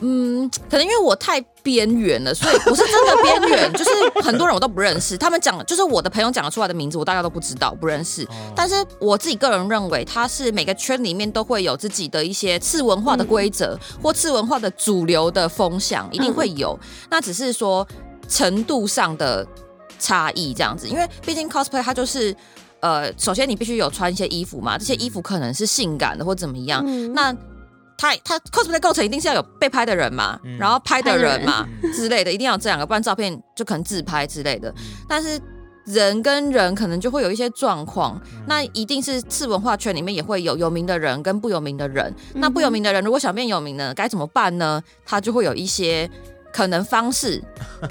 Speaker 3: 嗯，可能因为我太边缘了，所以不是真的边缘，就是很多人我都不认识。他们讲，就是我的朋友讲得出来的名字，我大家都不知道，不认识。
Speaker 1: 哦
Speaker 3: 但是我自己个人认为，它是每个圈里面都会有自己的一些次文化的规则、或次文化的主流的风向，一定会有。那只是说程度上的差异这样子，因为毕竟 cosplay 它就是。呃，首先你必须有穿一些衣服嘛，这些衣服可能是性感的或怎么样，
Speaker 2: 嗯
Speaker 3: 那他他 cosplay 构成一定是要有被拍的人嘛，
Speaker 1: 嗯
Speaker 3: 然后拍的人嘛
Speaker 1: 拍的
Speaker 3: 之类的，一定要有这两个，不然照片就可能自拍之类的
Speaker 1: 嗯。
Speaker 3: 但是人跟人可能就会有一些状况，
Speaker 2: 嗯
Speaker 3: 那一定是次文化圈里面也会有有名的人跟不有名的
Speaker 2: 嗯
Speaker 3: 人。
Speaker 4: 嗯
Speaker 3: 那不有名的人如果想变有名呢，该怎么办呢？他就会有一些。可能 方式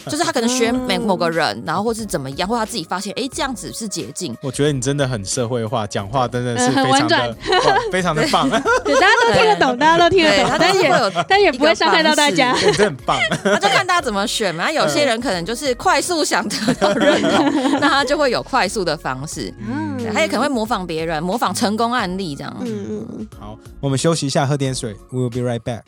Speaker 3: 就是他可能学某
Speaker 2: 嗯
Speaker 3: 某个人，然后或是怎么样，或他自己发现，哎、这样子是捷径，
Speaker 1: 我觉得你真的很社会化，讲话真的是
Speaker 2: 嗯很
Speaker 1: 非常的、
Speaker 2: 婉
Speaker 1: 哇非常的棒，
Speaker 2: 对，大家都听得懂，大家都听得
Speaker 3: 对，
Speaker 2: 懂
Speaker 3: 他，就
Speaker 2: 但
Speaker 3: 是会
Speaker 2: 也
Speaker 3: 有
Speaker 2: 但也不会伤害到大家
Speaker 3: 一个方。
Speaker 1: 你真的很棒。
Speaker 3: 那就看大家怎么选嘛。有些人可能就是快速想得到认同，那他就会有快速的方式，
Speaker 1: 嗯
Speaker 3: 对他也可能会模仿别人，模仿成功案例这样。
Speaker 2: 嗯嗯，
Speaker 1: 好，我们休息一下，喝点水。We'll be right back。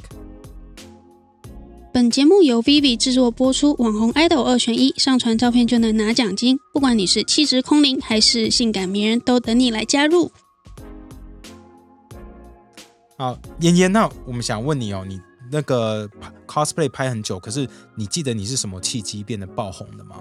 Speaker 4: 本节目由 Vivi 制作播出，网红 idol 二选一，上传照片就能拿奖金。不管你是气质空灵还是性感迷人，都等你来加入。
Speaker 1: 好，妍妍，那我们想问你哦，你那个 cosplay 拍很久，可是你记得你是什么契机变得爆红的吗？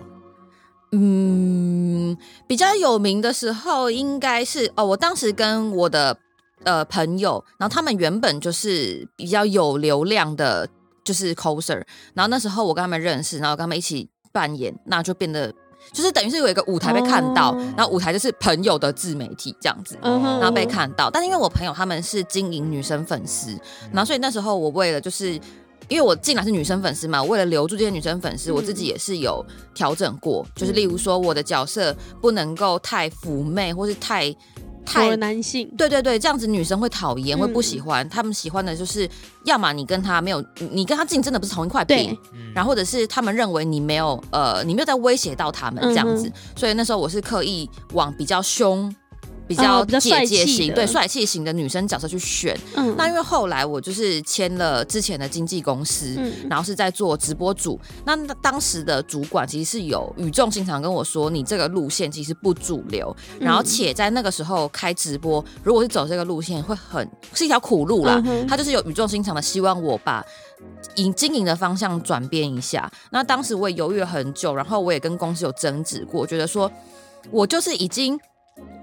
Speaker 3: 嗯，比较有名的时候应该是哦，我当时跟我的呃朋友，然后他们原本就是比较有流量的，就是 coser，然后那时候我跟他们认识，然后跟他们一起扮演，那就变得就是等于是有一个舞台被看到，
Speaker 2: 哦
Speaker 3: 然后舞台就是朋友的自媒体这样子。
Speaker 2: 嗯哼，
Speaker 3: 然后被看到，但是因为我朋友他们是经营女生粉丝，然后所以那时候我为了就是。因为我进来是女生粉丝嘛，我为了留住这些女生粉丝，
Speaker 2: 嗯
Speaker 3: 我自己也是有调整过，就是例如说我的角色不能够太妩媚，或是太
Speaker 2: 我
Speaker 3: 太
Speaker 2: 男性，
Speaker 3: 对对对，这样子女生会讨厌，
Speaker 2: 嗯
Speaker 3: 会不喜欢。他们喜欢的就是，要么你跟他没有，你你跟他竞争的不是同一块
Speaker 2: 对
Speaker 3: 饼，然后或者是他们认为你没有，呃，你没有在威胁到他们
Speaker 2: 嗯哼
Speaker 3: 这样子。所以那时候我是刻意往比较凶。比
Speaker 2: 哦
Speaker 3: 较
Speaker 2: 比较帅气
Speaker 3: 姐姐型，
Speaker 2: 的
Speaker 3: 对帅气型的女生角色去选。
Speaker 2: 嗯，
Speaker 3: 那因为后来我就是签了之前的经纪公司，
Speaker 2: 嗯
Speaker 3: 然后是在做直播主。那那当时的主管其实是有语重心长跟我说，你这个路线其实不主流，
Speaker 2: 嗯
Speaker 3: 然后且在那个时候开直播，如果是走这个路线，会很是一条苦路啦
Speaker 2: 嗯。哼
Speaker 3: 他就是有语重心长的希望我把。营经营的方向转变一下，那当时我也犹豫了很久，然后我也跟公司有争执过，觉得说我就是已经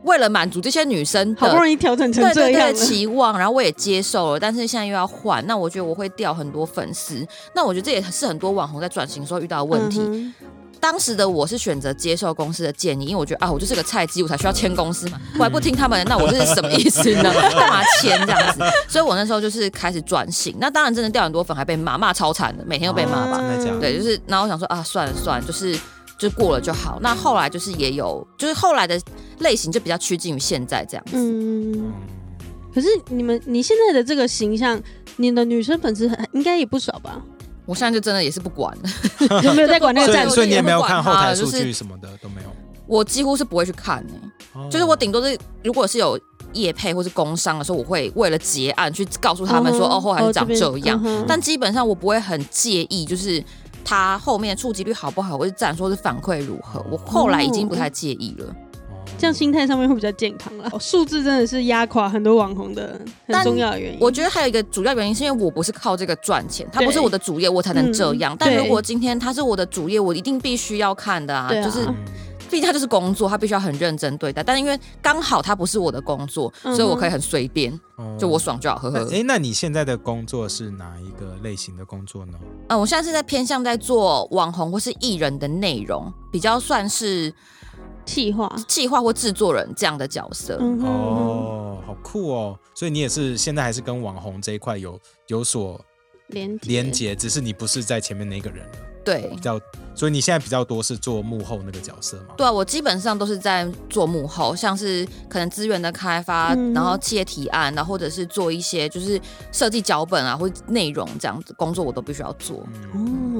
Speaker 3: 为了满足这些女生
Speaker 2: 好
Speaker 3: 的
Speaker 2: 不容易调整成
Speaker 3: 对
Speaker 2: 这
Speaker 3: 对
Speaker 2: 样
Speaker 3: 对
Speaker 2: 了，
Speaker 3: 期望，然后我也接受了，但是现在又要换，那我觉得我会掉很多粉丝。那我觉得这也是很多网红在转型时候遇到的问题。
Speaker 2: 嗯
Speaker 3: 当时的我是选择接受公司的建议，因为我觉得啊，我就是个菜鸡，我才需要签公司嘛，我还不听他们，那我这是什么意思 呢？干嘛签这样子？所以我那时候就是开始转型。那当然真的掉很多粉，还被骂，骂超惨的，每天都被骂
Speaker 2: 哦
Speaker 3: 吧。
Speaker 1: 哦真的假的
Speaker 3: 对，就是，然后我想说啊，算了算了，就是就过了就好。那后来就是也有，就是后来的类型就比较趋近于现在这样子。
Speaker 2: 嗯，可是你们你现在的这个形象，你的女生粉丝很应该也不少 吧？
Speaker 3: 我现在就真的也是不管了，
Speaker 2: 有没有在管那个
Speaker 1: 所
Speaker 2: 战
Speaker 1: 以
Speaker 3: 对
Speaker 2: 术
Speaker 1: 所以？你也没有看后台
Speaker 3: 啊就
Speaker 1: 数
Speaker 3: 是
Speaker 1: 据什么的都没有，
Speaker 3: 我几乎是不会去看欸
Speaker 1: 哦
Speaker 3: 就是我顶多是如果是有业配或是工商的时候，我会为了结案去告诉他们说，
Speaker 2: 嗯哼
Speaker 3: 哦，后来是长
Speaker 2: 这
Speaker 3: 这
Speaker 2: 边
Speaker 3: 样，
Speaker 2: 嗯哼
Speaker 3: 但基本上我不会很介意，就是。他后面触及率好不好，或是战说是反馈如何，
Speaker 2: 哦
Speaker 3: 我后来已经不太介意了。
Speaker 2: 嗯
Speaker 1: 哦
Speaker 2: 这样心态上面会比较健康了。 数字真的是压垮很多网红的很
Speaker 3: 哦但
Speaker 2: 重要的原因。
Speaker 3: 我觉得还有一个主要原因是因为我不是靠这个赚钱，它不是我的主业，我才能这样。
Speaker 2: 嗯
Speaker 3: 但
Speaker 2: 对
Speaker 3: 如果今天它是我的主业，我一定必须要看的啊，
Speaker 2: 对啊
Speaker 3: 就是
Speaker 1: 嗯
Speaker 3: 毕竟它就是工作，它必须要很认真对待。但因为刚好它不是我的工作，
Speaker 2: 嗯哼
Speaker 3: 所以我可以很随便，
Speaker 1: 哦
Speaker 2: 嗯
Speaker 3: 就我爽就好，呵
Speaker 1: 那
Speaker 3: 呵。
Speaker 1: 诶，那你现在的工作是哪一个类型的工作呢？
Speaker 3: 嗯，我现在是在偏向在做网红或是艺人的内容，比较算是
Speaker 2: 气化，
Speaker 3: 企划或制作人这样的角色。
Speaker 2: 嗯哼，
Speaker 1: 哦，好酷哦！所以你也是现在还是跟网红这一块有有所
Speaker 2: 连接
Speaker 1: 连，接，只是你不是在前面那个人了，
Speaker 3: 对
Speaker 1: 比较，所以你现在比较多是做幕后那个角色嘛？
Speaker 3: 对啊，我基本上都是在做幕后，像是可能资源的开发，
Speaker 2: 嗯
Speaker 3: 然后企业提案，然后或者是做一些就是设计脚本啊或者内容这样子工作，我都必须要 做。
Speaker 2: 哦，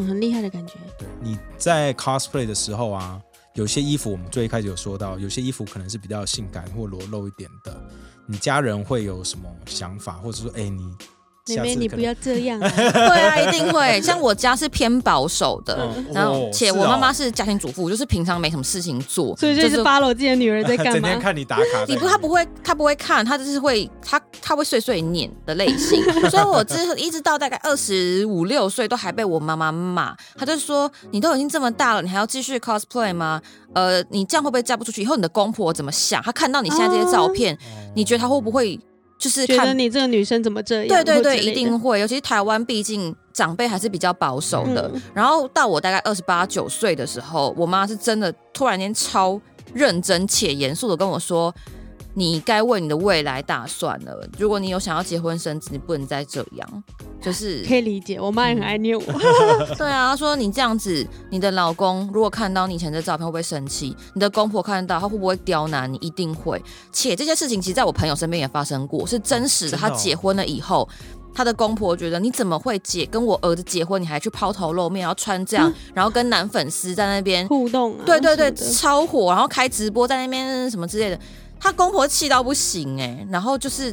Speaker 2: 很厉害的感觉。
Speaker 1: 对，嗯你在 cosplay 的时候啊，有些衣服我们最一开始有说到，有些衣服可能是比较性感或裸露一点的，你家人会有什么想法，或者说，哎，你
Speaker 2: 妹
Speaker 1: 下
Speaker 2: 妹，
Speaker 1: 次
Speaker 2: 你
Speaker 1: 可
Speaker 2: 不
Speaker 1: 能
Speaker 2: 要这样 啊，
Speaker 3: 对啊，一定会。像我家是偏保守的，
Speaker 1: 嗯
Speaker 3: 然后
Speaker 1: 哦
Speaker 3: 且
Speaker 1: 是
Speaker 3: 我妈
Speaker 1: 哦
Speaker 3: 妈是家庭主妇，就是平常没什么事情做，
Speaker 2: 所以就是 follow 自己的女儿在干
Speaker 1: 整
Speaker 2: 嘛
Speaker 1: 天。看你打卡在里面，
Speaker 3: 你不，他不会，他不会看，他就是会，他他会碎碎念的类 型。所以我之一直到大概二十五六岁，都还被我妈妈骂。她就说：“你都已经这么大了，你还要继续 cosplay 吗？呃，你这样会不会嫁不出去？以后你的公婆怎么想？她看到你现在这些照片，
Speaker 1: 哦
Speaker 3: 你觉得她会不会就是
Speaker 2: 觉得
Speaker 3: 看？
Speaker 2: 你这个女生怎么这样？
Speaker 3: 对对
Speaker 2: 或之
Speaker 3: 对，
Speaker 2: 类的
Speaker 3: 一定会。尤其是台湾，毕竟长辈还是比较保守的。
Speaker 2: 嗯
Speaker 3: 然后到我大概二十八九岁的时候，我妈是真的突然间超认真且严肃的跟我说：“你该为你的未来打算了。如果你有想要结婚生子，你不能再这样。”就是
Speaker 2: 可以理解。我
Speaker 3: 嗯
Speaker 2: 妈也很爱 念我，
Speaker 3: 对啊，她说你这样子，你的老公如果看到你以前的照片会不会生气？你的公婆看到他会不会刁难你？一定会。且这些事情其实在我朋友身边也发生过，是真实的。
Speaker 1: 真的
Speaker 3: 她
Speaker 1: 哦
Speaker 3: 结婚了以后，她的公婆觉得你怎么会结跟我儿子结婚，你还去抛头露面，然后穿这样，然后跟男粉丝在那边，
Speaker 2: 互嗯动啊，
Speaker 3: 对对对，
Speaker 2: 什么的
Speaker 3: 超火，然后开直播在那边什么之类的。她公婆气到不行哎、然后就是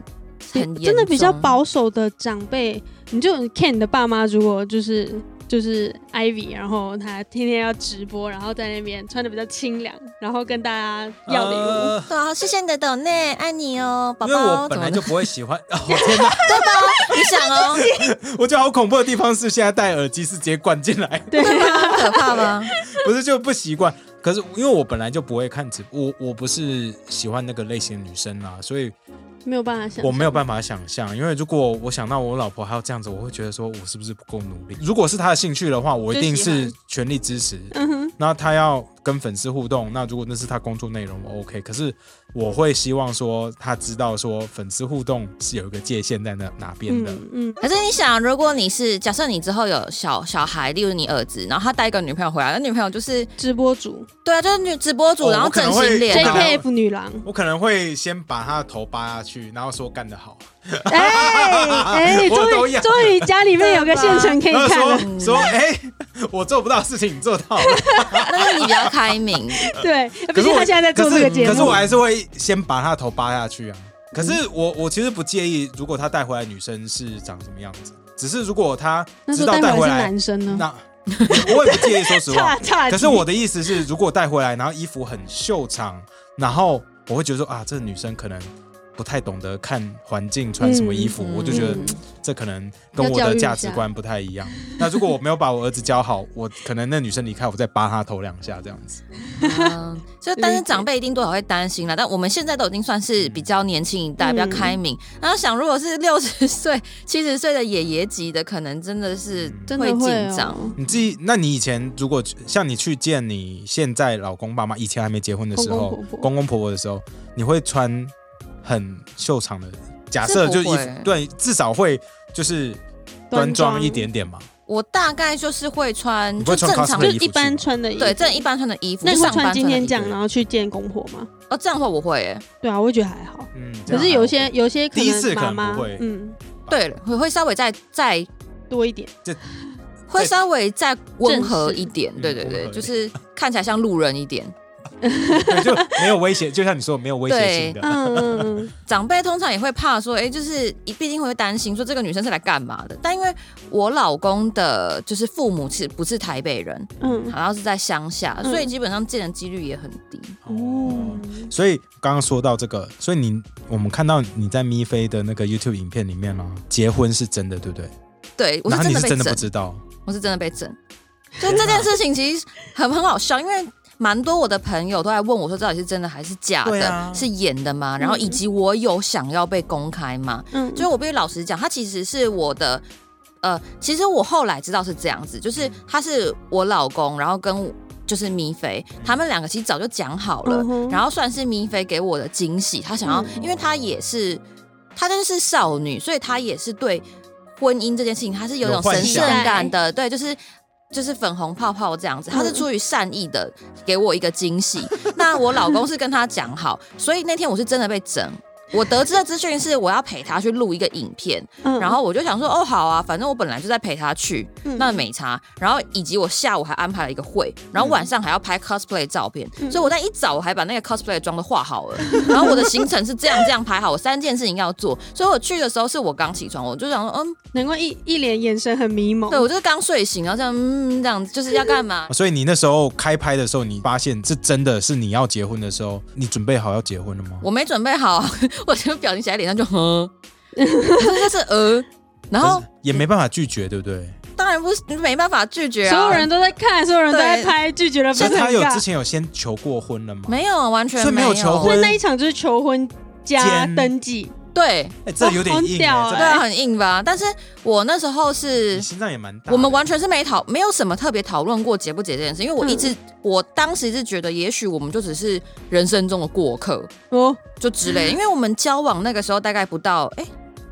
Speaker 3: 很严重
Speaker 2: 真的比较保守的长辈，你就看你的爸妈，如果就是就是 Ivy，然后他天天要直播，然后在那边穿的比较清凉，然后跟大家要礼物。
Speaker 1: 呃
Speaker 3: 对啊，谢谢你的抖内，爱你哦，宝
Speaker 1: 因为
Speaker 3: 宝。
Speaker 1: 我
Speaker 3: 怎
Speaker 1: 本
Speaker 3: 么
Speaker 1: 来
Speaker 3: 的
Speaker 1: 就？不会喜欢， 哦天哪！
Speaker 3: 你 想哦，
Speaker 1: 我觉得好恐怖的地方是，现在戴耳机是直接灌进来，
Speaker 2: 对，
Speaker 3: 哦可怕吗？
Speaker 1: 不是就不习惯。可是因为我本来就不会看直，我我不是喜欢那个类型的女生啦，所以
Speaker 2: 没有办法想，
Speaker 1: 我没有办法想象。因为如果我想到我老婆还要这样子，我会觉得说我是不是不够努力？如果是她的兴趣的话，我一定
Speaker 2: 就喜
Speaker 1: 是全力支持。
Speaker 2: 嗯哼，
Speaker 1: 那她要跟粉丝互动，那如果那是她工作内容，我 OK。可是我会希望说她知道说粉丝互动是有一个界限在那哪边的。
Speaker 2: 嗯嗯，
Speaker 3: 可是你想，如果你是假设你之后有小小孩，例如你儿子，然后他带一个女朋友回来，那女朋友就是
Speaker 2: 直播主
Speaker 3: 对啊，就是女直播主，
Speaker 1: 哦
Speaker 3: 然后
Speaker 1: 我可
Speaker 3: 整
Speaker 1: 能
Speaker 3: 形
Speaker 1: 会
Speaker 3: 脸
Speaker 1: 对
Speaker 3: 啊，
Speaker 2: JKF 女郎，
Speaker 1: 我可能会先把她的头扒下去，然后说干得好，
Speaker 2: 哎哎，
Speaker 1: 我
Speaker 2: 终
Speaker 1: 都
Speaker 2: 于
Speaker 1: 要
Speaker 2: 终于家里面有个现成可以
Speaker 1: 然后
Speaker 2: 看了，
Speaker 1: 说说哎、我做不到的事情你做啊到了。
Speaker 3: 那是你比较开 明。
Speaker 2: 对，
Speaker 1: 可
Speaker 2: 毕
Speaker 1: 是
Speaker 2: 竟
Speaker 1: 我
Speaker 2: 他现在在 做这个节
Speaker 1: 可是我
Speaker 2: 目，嗯
Speaker 1: 还是会先把他的头扒下去啊。可是我我其实不介意，如果他带回来女生是长什么样子，只是如果他
Speaker 2: 那
Speaker 1: 知
Speaker 2: 时
Speaker 1: 道
Speaker 2: 候
Speaker 1: 带
Speaker 2: 带
Speaker 1: 回
Speaker 2: 回来是
Speaker 1: 来，
Speaker 2: 男生呢，
Speaker 1: 那 我也不介意，说实话
Speaker 2: 差。差，
Speaker 1: 可是我的意思是，如果带回来，然后衣服很秀长，然后我会觉得说啊，这女生可能不太懂得看环境穿什么衣服，
Speaker 3: 嗯
Speaker 1: 我就觉得
Speaker 3: 嗯
Speaker 1: 这可能跟
Speaker 2: 要
Speaker 1: 我
Speaker 2: 教
Speaker 1: 的
Speaker 2: 育一
Speaker 1: 价值
Speaker 2: 下
Speaker 1: 观不太一样。那如果我没有把我儿子教好，我可能那女生离开，我再扒她头两下这样子。
Speaker 3: 嗯，所以但是长辈一定多少会担心啦。但我们现在都已经算是比较年轻一代，
Speaker 1: 嗯
Speaker 3: 比较开明。然后想，如果是 六十岁、七十岁的爷爷级的，可能真的是
Speaker 2: 真的
Speaker 3: 会
Speaker 2: 会
Speaker 3: 紧张。
Speaker 2: 哦
Speaker 1: 你自己，那你以前如果像你去见你现在老公爸妈，以前还没结婚的时候，
Speaker 2: 公公婆婆
Speaker 1: 公公婆婆的时候，你会穿很秀场的，假设
Speaker 3: 是不
Speaker 1: 就衣
Speaker 3: 会
Speaker 1: 服，对，至少会就是端庄一点点嘛。
Speaker 3: 我大概就是会穿
Speaker 1: 你不
Speaker 3: 就
Speaker 1: 会穿
Speaker 3: 正常
Speaker 1: cosplay
Speaker 2: 就
Speaker 1: 衣服
Speaker 2: 一般穿的衣服，
Speaker 3: 对正一般穿的衣服，
Speaker 2: 那你会
Speaker 3: 上班
Speaker 2: 穿今天
Speaker 3: 的衣
Speaker 2: 这
Speaker 3: 服
Speaker 2: 样，然后去见公婆吗？
Speaker 3: 哦，这样的话我会耶。
Speaker 2: 对啊，我会觉得还好。
Speaker 1: 嗯，这
Speaker 2: 可
Speaker 1: 样
Speaker 2: 是
Speaker 1: 还
Speaker 2: 有
Speaker 1: OK
Speaker 2: 些有些可
Speaker 1: 第一次
Speaker 2: 能
Speaker 1: 可
Speaker 2: 妈
Speaker 1: 能
Speaker 2: 妈
Speaker 1: 不会
Speaker 2: 嗯
Speaker 3: 对了，会会稍微再再
Speaker 2: 多一点，
Speaker 3: 会稍微再温和一点
Speaker 1: 正，式
Speaker 3: 对对
Speaker 1: 嗯温和
Speaker 3: 对，
Speaker 1: 一点
Speaker 3: 就是看起来像路人一点。
Speaker 1: 对就没有威胁，就像你说没有威胁性的。
Speaker 2: 嗯嗯嗯，
Speaker 3: 长辈通常也会怕说，哎，就是必定会担心说这个女生是来干嘛的。但因为我老公的就是父母是不是台北人，
Speaker 2: 嗯
Speaker 3: 然后是在乡下，
Speaker 2: 嗯
Speaker 3: 所以基本上见的几率也很低。
Speaker 1: 哦
Speaker 2: 哦，，
Speaker 1: 所以刚刚说到这个，所以你我们看到你在咪菲的那个 YouTube 影片里面呢，结婚是真的，对不对？
Speaker 3: 对我
Speaker 1: 然
Speaker 3: 是
Speaker 1: 后
Speaker 3: 真
Speaker 1: 你
Speaker 3: 的
Speaker 1: 是
Speaker 3: 被
Speaker 1: 真的
Speaker 3: 整
Speaker 1: 不，知道，哦
Speaker 3: 我是真的被整。 就这件事情其实很很好笑，因为蛮多我的朋友都在问我说，到底是真的还是假
Speaker 1: 对
Speaker 3: 的，
Speaker 1: 啊嗯
Speaker 3: 是演的吗？然后以及我有想要被公开吗？
Speaker 2: 嗯，
Speaker 3: 就是我必须老实讲，他其实是我的，呃，其实我后来知道是这样子，就是他是我老公，然后跟就是米菲，他们两个其实早就讲好了，
Speaker 2: 嗯哼
Speaker 3: 然后算是米菲给我的惊喜，他想要，
Speaker 2: 嗯
Speaker 3: 因为他也是，他就是少女，所以他也是对婚姻这件事情，他是有
Speaker 1: 有
Speaker 3: 种
Speaker 1: 幻？
Speaker 3: 神圣
Speaker 2: 想
Speaker 3: 感的，对，就是。就是粉红泡泡这样子，他是
Speaker 2: 嗯
Speaker 3: 出于善意的给我一个 惊喜。那我老公是跟他讲好，所以那天我是真的被整。我得知的资讯是我要陪他去录一个影片，
Speaker 2: 嗯
Speaker 3: 然后我就想说，哦，好啊，反正我本来就在陪他去，
Speaker 2: 嗯
Speaker 3: 那没差。然后以及我下午还安排了一个会，然后晚上还要拍 cosplay 照片，
Speaker 2: 嗯
Speaker 3: 所以我在一早我还把那个 cosplay 的妆都画好了。然后我的行程是这样这样排好，我三件事情要做。所以我去的时候是我刚起床，我就想说，嗯，
Speaker 2: 难怪一一脸眼神很迷蒙，
Speaker 3: 对我就是刚睡醒，然后这样，嗯，这样就是要干嘛
Speaker 1: 所以你那时候开拍的时候，你发现这真的是你要结婚的时候，你准备好要结婚了吗？
Speaker 3: 我没准备好， 我这个表情写在脸上就，嗯，这是 呃，然后
Speaker 1: 可是也没办法拒绝，对不对？
Speaker 3: 当然不是没办法拒绝啊，
Speaker 2: 所有人都在看，所有人都在
Speaker 3: 对
Speaker 2: 拍，拒绝了不
Speaker 1: 所
Speaker 2: 是
Speaker 1: 以他
Speaker 2: 很
Speaker 1: 有之
Speaker 2: 尬。
Speaker 1: 前有先求过婚了吗？
Speaker 3: 没有完全
Speaker 1: 所以没有求
Speaker 2: 所
Speaker 1: 婚
Speaker 2: 以那一场就是求婚加
Speaker 1: 兼
Speaker 2: 登记，
Speaker 3: 对
Speaker 1: 哎，这有点
Speaker 2: 哦很
Speaker 1: 硬
Speaker 2: 屌
Speaker 1: 欸，
Speaker 2: 欸
Speaker 1: 这
Speaker 3: 对啊，很硬吧？但是我那时候是
Speaker 1: 你心脏也蛮大的。
Speaker 3: 我们完全是没讨，没有什么特别讨论过结不结这件事，因为
Speaker 1: 嗯
Speaker 3: 我一直、我当时是觉得，也许我们就只是人生中的过客，
Speaker 2: 哦，
Speaker 3: 就之
Speaker 1: 嗯
Speaker 3: 类，因为我们交往那个时候大概不到，哎、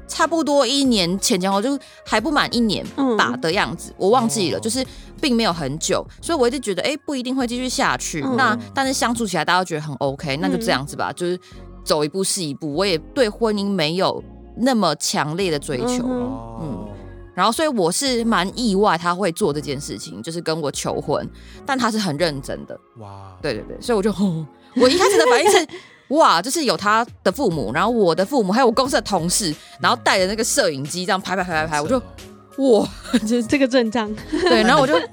Speaker 3: 差不多一年前前后就还不满一年
Speaker 2: 嗯
Speaker 3: 吧的样子，我忘记了，
Speaker 1: 哦
Speaker 3: 就是并没有很久，所以我一直觉得，哎、不一定会继续下去。
Speaker 2: 嗯
Speaker 3: 那但是相处起来，大家都觉得很 OK，那就这样子吧，就是走一步是一步。我也对婚姻没有那么强烈的追求。
Speaker 2: 嗯
Speaker 1: 哦，
Speaker 3: 然后，所以我是蛮意外他会做这件事情，就是跟我求婚，但他是很认真的，
Speaker 1: 哇，
Speaker 3: 对对对，所以 我就，吼我一开始的反应是，哇，就是有他的父母，然后我的父母，还有我公司的同事，然后带着那个摄影机这样拍拍拍拍拍，我就哇，就是
Speaker 2: 这个阵 仗，
Speaker 3: 对，然后我就，嗯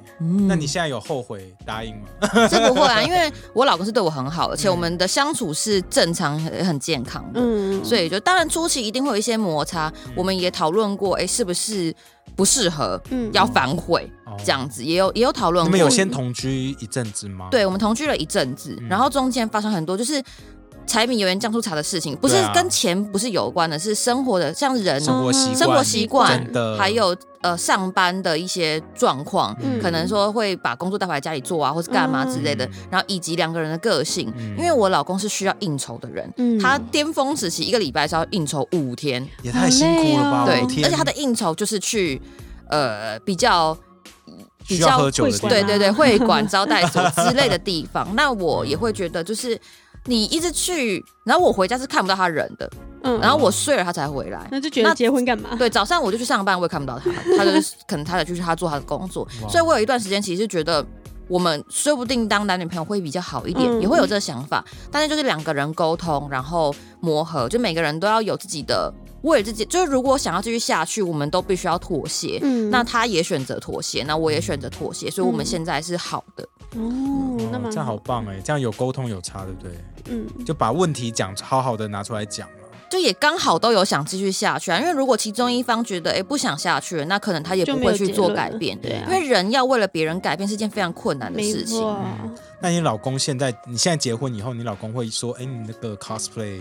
Speaker 1: 那哦你现在有后悔答应吗？
Speaker 3: 是不会 啊，因为我老公是对我很好，而且
Speaker 1: 嗯
Speaker 3: 我们的相处是正常、很很健康的，
Speaker 2: 嗯，
Speaker 1: 嗯
Speaker 3: 所以就当然初期一定会有一些摩擦，我们也讨论过，哎，是不是？不适合，
Speaker 2: 嗯
Speaker 3: 要反悔
Speaker 1: 哦
Speaker 3: 这样子，也有也有讨论
Speaker 1: 你
Speaker 3: 过。
Speaker 1: 们有先同居一阵子吗？，
Speaker 3: 对，我们同居了一阵子，
Speaker 1: 嗯
Speaker 3: 然后中间发生很多就是柴米油盐酱醋茶的事情，不是
Speaker 1: 对啊
Speaker 3: 跟钱不是有关的，是生活的，像人
Speaker 1: 生活习惯、
Speaker 3: 生活习惯
Speaker 1: 真的，
Speaker 3: 还有呃上班的一些状况，
Speaker 2: 嗯
Speaker 3: 可能说会把工作带回来家里做啊，或是干嘛之类的
Speaker 1: 嗯，
Speaker 3: 然后以及两个人的个性，
Speaker 1: 嗯
Speaker 3: 因为我老公是需要应酬的人。
Speaker 2: 嗯
Speaker 3: 他巅峰时期一个礼拜是要应酬五天，
Speaker 1: 也太辛苦了吧？
Speaker 2: 好累
Speaker 3: 对
Speaker 2: 哦
Speaker 1: 我，天
Speaker 3: 而且他的应酬就是去呃比较比
Speaker 1: 需要
Speaker 3: 较
Speaker 1: 喝酒的地
Speaker 2: 会
Speaker 1: 方，
Speaker 3: 对对对，
Speaker 2: 啊
Speaker 3: 会馆、招待所之类的地 方，那我也会觉得就是你一直去，然后我回家是看不到他人的，
Speaker 2: 嗯，
Speaker 3: 然后我睡了他才回来。
Speaker 2: 那就觉得
Speaker 3: 那
Speaker 2: 结婚干嘛？
Speaker 3: 对，早上我就去上班，我也看不到他，他就是可能他得去他做他的工作
Speaker 1: 哇，
Speaker 3: 所以我有一段时间其实是觉得。我们说不定当男女朋友会比较好一点，
Speaker 2: 嗯
Speaker 3: 也会有这个想法，但是就是两个人沟通，然后磨合，就每个人都要有自己的，为了自己，就是如果想要继续下去，我们都必须要妥协。
Speaker 2: 嗯
Speaker 3: 那他也选择妥协，那我也选择妥协，所以我们现在是好的。
Speaker 2: 哦，那蛮
Speaker 1: 这样好，棒哎，这样有沟通有差，对不对？
Speaker 2: 嗯，
Speaker 1: 就把问题讲好好的拿出来讲了，
Speaker 3: 就也刚好都有想继续下去啊，因为如果其中一方觉得哎、诶不想下去了，那可能他也
Speaker 2: 嗯就
Speaker 3: 不
Speaker 2: 没有
Speaker 3: 会去
Speaker 2: 结
Speaker 3: 做
Speaker 2: 论
Speaker 3: 改
Speaker 2: 了
Speaker 3: 变，
Speaker 2: 对啊
Speaker 3: 因为人要为了别人改变是件非常困难的
Speaker 2: 没
Speaker 3: 事情
Speaker 2: 错。
Speaker 1: 嗯那你老公现在，你现在结婚以后，你老公会说：“哎，你那个 cosplay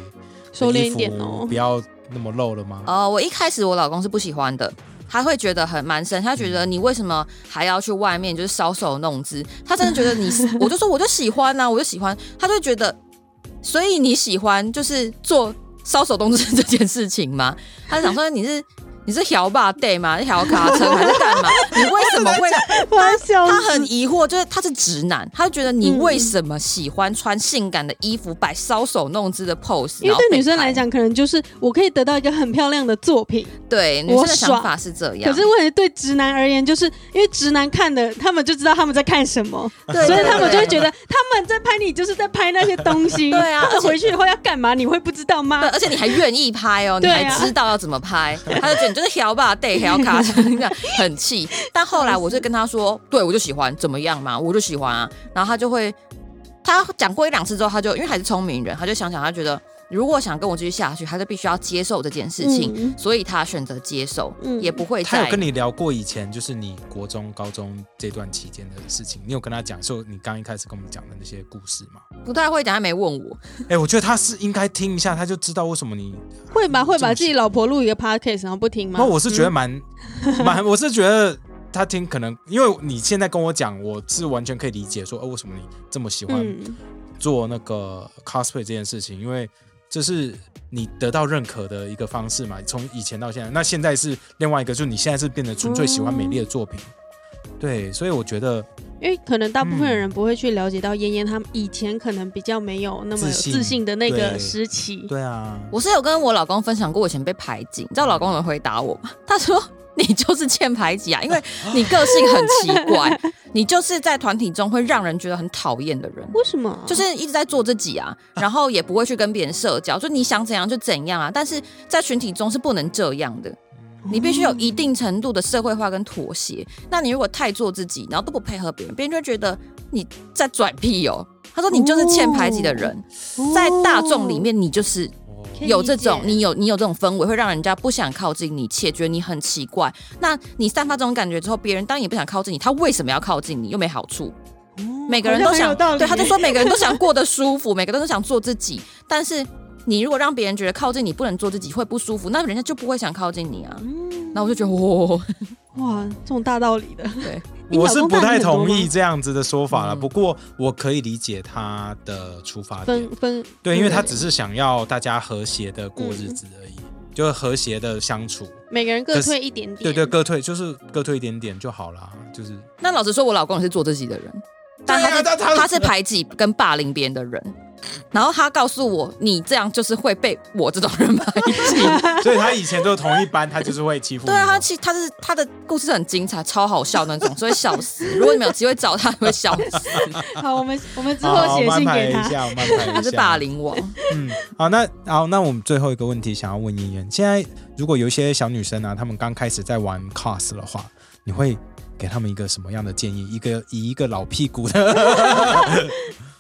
Speaker 2: 收
Speaker 1: 的
Speaker 2: 敛
Speaker 1: 衣
Speaker 2: 一
Speaker 1: 服
Speaker 2: 点哦
Speaker 1: 不。要那么露了吗
Speaker 3: 哦，我一开始我老公是不喜欢的，他会觉得很蛮深，他觉得你为什么还要去外面就是搔首弄姿？他真的觉得 你是，我就说我就喜欢啊呐、我就喜欢，他就会觉得，所以你喜欢就是做搔首弄姿这件事情吗？他就想说你是。你是调吧 day 吗？调卡车还是干嘛？你为什么会？
Speaker 2: 我要笑
Speaker 3: 他
Speaker 2: 死
Speaker 3: 很疑惑，就是他是直男，他就觉得
Speaker 2: 嗯
Speaker 3: 你为什么喜欢穿性感的衣服，摆搔首弄姿的 pose？
Speaker 2: 因为
Speaker 3: 然后
Speaker 2: 对
Speaker 3: 被
Speaker 2: 女生
Speaker 3: 拍
Speaker 2: 来，讲，可能就是我可以得到一个很漂亮的作品，
Speaker 3: 对女
Speaker 2: 我
Speaker 3: 生的想
Speaker 2: 爽
Speaker 3: 法是这样。
Speaker 2: 可是问题对直男而言，就是因为直男看的，他们就知道他们在看什么，
Speaker 3: 对
Speaker 2: 所以他们就会
Speaker 3: 对
Speaker 2: 觉得他们在拍你就是在拍那些东西。
Speaker 3: 对啊
Speaker 2: 他们
Speaker 3: 而且
Speaker 2: 回去以后要干嘛，你会不知道吗
Speaker 3: 对，？啊而且你还愿意拍哦，你
Speaker 2: 对啊
Speaker 3: 还知道要怎么拍，他就觉得你就是调吧，对，调卡这样很气。但后来我就跟他说，对我就喜欢怎么样嘛，我就喜欢啊。然后他就会，他讲过一两次之后，他就因为还是聪明人，他就想想，他觉得如果想跟我继续下去，他就必须要接受这件事情，
Speaker 2: 嗯
Speaker 3: 所以他选择接受，
Speaker 2: 嗯
Speaker 3: 也不会
Speaker 1: 他
Speaker 3: 再
Speaker 1: 有跟你聊过以前就是你国中、高中这段期间的事情，你有跟他讲说你刚一开始跟我们讲的那些故事吗？
Speaker 3: 不太会讲，他没问我。
Speaker 1: 哎，我觉得他是应该听一下，他就知道为什么你。
Speaker 2: 会吧，会把
Speaker 1: 重视
Speaker 2: 自己老婆录一个 podcast 然后不听吗嗯
Speaker 1: 那？我是觉得蛮蛮，我是觉得他听可能，因为你现在跟我讲，我是完全可以理解说，哦，为什么你这么喜欢
Speaker 2: 嗯，
Speaker 1: 做那个 cosplay 这件事情，因为这是你得到认可的一个方式嘛。从以前到现在，那现在是另外一个，就是你现在是变得纯粹喜欢美丽的作品。对，所以我觉得
Speaker 2: 因为可能大部分的
Speaker 1: 嗯
Speaker 2: 人不会去了解到妍妍她以前可能比较没有那么
Speaker 1: 自
Speaker 2: 有
Speaker 1: 信
Speaker 2: 自信的那个
Speaker 1: 对
Speaker 2: 时期。
Speaker 1: 对啊，
Speaker 3: 我是有跟我老公分享过我以前被排挤，你知道我老公有回答我吗？他说。你就是欠排挤啊，因为你个性很奇怪，你就是在团体中会让人觉得很讨厌的人，
Speaker 2: 为什么？
Speaker 3: 就是一直在做自己啊，然后也不会去跟别人社交，就你想怎样就怎样啊。但是在群体中是不能这样的，你必须有一定程度的社会化跟妥协。那你如果太做自己，然后都不配合别人，别人就会觉得你在拽屁哦。他说你就是欠排挤的人，在大众里面你就是
Speaker 1: 哦
Speaker 2: 可以
Speaker 3: 有这
Speaker 2: 理
Speaker 3: 种，
Speaker 2: 解
Speaker 3: 你有你有这种氛围，会让人家不想靠近你，且觉得你很奇怪。那你散发这种感觉之后，别人当然也不想靠近你，他为什么要靠近你？又没好处。每个人都
Speaker 2: 哦好像很
Speaker 3: 想
Speaker 2: 有道理
Speaker 3: 对，他就说每个人都想过得舒服， 每个人都想做自己。但是你如果让别人觉得靠近你不能做自己会不舒服，那人家就不会想靠近你啊。
Speaker 2: 嗯
Speaker 3: 那我就觉得，哦哇，
Speaker 2: 哇，这种大道理的，
Speaker 3: 对，
Speaker 2: 你
Speaker 1: 我
Speaker 2: 老
Speaker 1: 是
Speaker 2: 公
Speaker 1: 不
Speaker 2: 大你
Speaker 1: 太
Speaker 2: 很多
Speaker 1: 同意
Speaker 2: 吗
Speaker 1: 这样子的说法了。
Speaker 3: 嗯
Speaker 1: 不过我可以理解他的出发点
Speaker 2: 分，分
Speaker 1: 对，因为他
Speaker 2: 对
Speaker 1: 只是想要大家和谐的过日子而已，就是和谐的相处。
Speaker 2: 每个人各
Speaker 1: 可是
Speaker 2: 退一点点。
Speaker 1: 对对，各退就是各退一点点就好啦，就是
Speaker 3: 那老实说，我老公也是做自己的人，但他是、
Speaker 1: 对啊但他
Speaker 3: 他是排挤跟霸凌别人的人。然后他告诉我，你这样就是会被我这种人排挤。
Speaker 1: 所以他以前都同一班，他就是会欺负你
Speaker 3: 对
Speaker 1: 嘛。
Speaker 3: 啊，他其他是他的故事很精彩，超好笑那种，所以笑死。 如果你们有机会找他，你会笑 死。
Speaker 2: 好，我 们我们之
Speaker 1: 好
Speaker 2: 后
Speaker 1: 好
Speaker 2: 写
Speaker 1: 慢
Speaker 2: 信
Speaker 1: 慢
Speaker 2: 给
Speaker 1: 一
Speaker 2: 他。
Speaker 1: 下，慢慢一下。
Speaker 3: 他是霸。凌王，
Speaker 1: 嗯，好，那好，那我们最后一个问题想要问妍妍，现在如果有一些小女生啊，她们刚开始在玩 cos 的话，你会给她们一个什么样的建议？一个以一个老屁股的，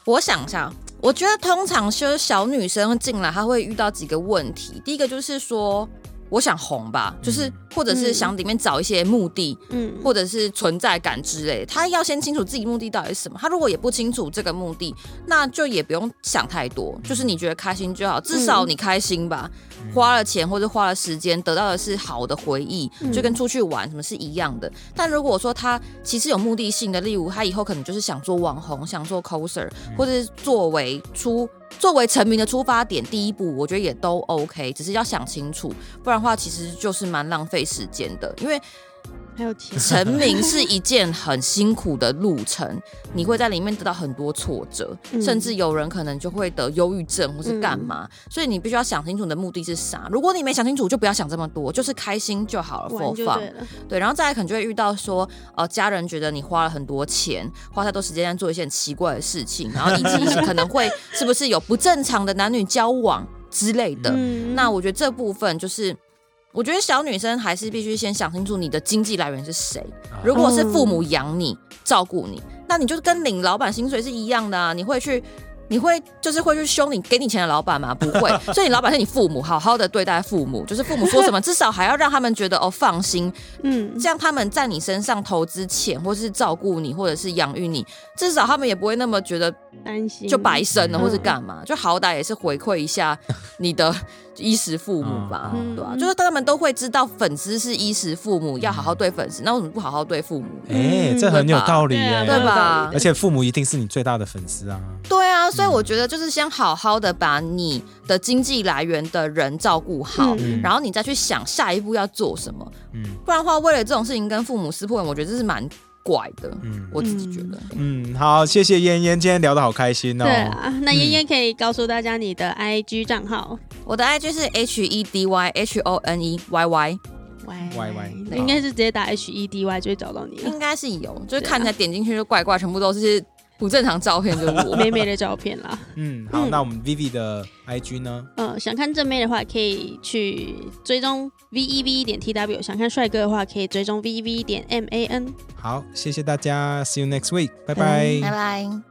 Speaker 3: 我想一下，我觉得通常就是小女生进来，她会遇到几个问题。第一个就是说，我想红吧，就是
Speaker 1: 嗯
Speaker 3: 或者是想里面找一些目的，
Speaker 2: 嗯，
Speaker 3: 或者是存在感之类的。他要先清楚自己目的到底是什么。他如果也不清楚这个目的，那就也不用想太多，就是你觉得开心就好，至少你开心吧。花了钱或者花了时间，得到的是好的回忆，
Speaker 2: 嗯
Speaker 3: 就跟出去玩什么是一样的。但如果说他其实有目的性的，例如他以后可能就是想做网红，想做 coser，或者是作为出。作为成名的出发点，第一步我觉得也都 OK，只是要想清楚，不然的话其实就是蛮浪费时间的。因为
Speaker 2: 还有 钱，
Speaker 3: 成名是一件很辛苦的路程，你会在里面得到很多挫折，
Speaker 2: 嗯
Speaker 3: 甚至有人可能就会得忧郁症或是干嘛，所以你必须要想清楚你的目的是啥。如果你没想清楚，就不要想这么多，就是开心就好了，
Speaker 2: 玩
Speaker 3: 佛
Speaker 2: 就
Speaker 3: 放
Speaker 2: 对。了，
Speaker 3: 对，然后再来可能就会遇到说，呃，家人觉得你花了很多钱，花太多时间在做一些很奇怪的事情，然后以及可能会是不是有不正常的男女交往之类的。
Speaker 2: 嗯
Speaker 3: 那我觉得这部分就是，我觉得小女生还是必须先想清楚你的经济来源是谁。
Speaker 1: 啊
Speaker 3: 如果是父母养你、照顾你，那你就跟领老板薪水是一样的啊，你会去。你会就是会去凶你给你钱的老板吗？不会，所以你老板是你父母，好好的对待父母，就是父母说什么，至少还要让他们觉得哦放心，
Speaker 2: 嗯，
Speaker 3: 这样他们在你身上投资钱，或是照顾你，或者是养育你，至少他们也不会那么觉得
Speaker 2: 担心
Speaker 3: 就白生了，
Speaker 1: 嗯
Speaker 3: 或是干嘛，就好歹也是回馈一下 你的衣食父母吧，
Speaker 1: 嗯
Speaker 3: 对吧、啊
Speaker 2: 嗯
Speaker 3: 就是他们都会知道粉丝是衣食父母，要好好对粉丝，那为什么不好好对父母？
Speaker 1: 嗯哎，这很有道理
Speaker 2: 对
Speaker 1: 耶
Speaker 2: 啊，
Speaker 3: 对吧
Speaker 1: 而且父母一定是你最大的粉丝啊，
Speaker 3: 对啊，所以我觉得就是先好好的把你的经济来源的人照顾好。
Speaker 1: 嗯
Speaker 3: 然后你再去想下一步要做什么，
Speaker 1: 嗯
Speaker 3: 不然的话，为了这种事情跟父母撕破脸，我觉得这是蛮怪的。
Speaker 1: 嗯
Speaker 3: 我自己觉得，
Speaker 1: 嗯，好，谢谢燕燕，今天聊得好开心哦。
Speaker 2: 对啊，那妍妍可以告诉大家你的 IG 账号，
Speaker 3: 我的 IG 是 H E D Y H O N E Y Y，
Speaker 2: 喂
Speaker 1: 喂喂
Speaker 2: 应该是直接打 H E D Y 就会找到你了，
Speaker 3: 应该是有，就是看起来点进去就怪怪，全部都是不正常照片，就是我。
Speaker 2: 美美的照片啦。
Speaker 1: 嗯，好，
Speaker 2: 嗯
Speaker 1: 那我们 Vivi 的 IG 呢？
Speaker 2: 呃，想看正妹的话，可以去追踪 V E V 点 T W；想看帅哥的话，可以追踪 V E V 点 M A N。
Speaker 1: 好，谢谢大家，See you next week，拜
Speaker 2: 嗯拜
Speaker 1: 拜
Speaker 3: 拜拜。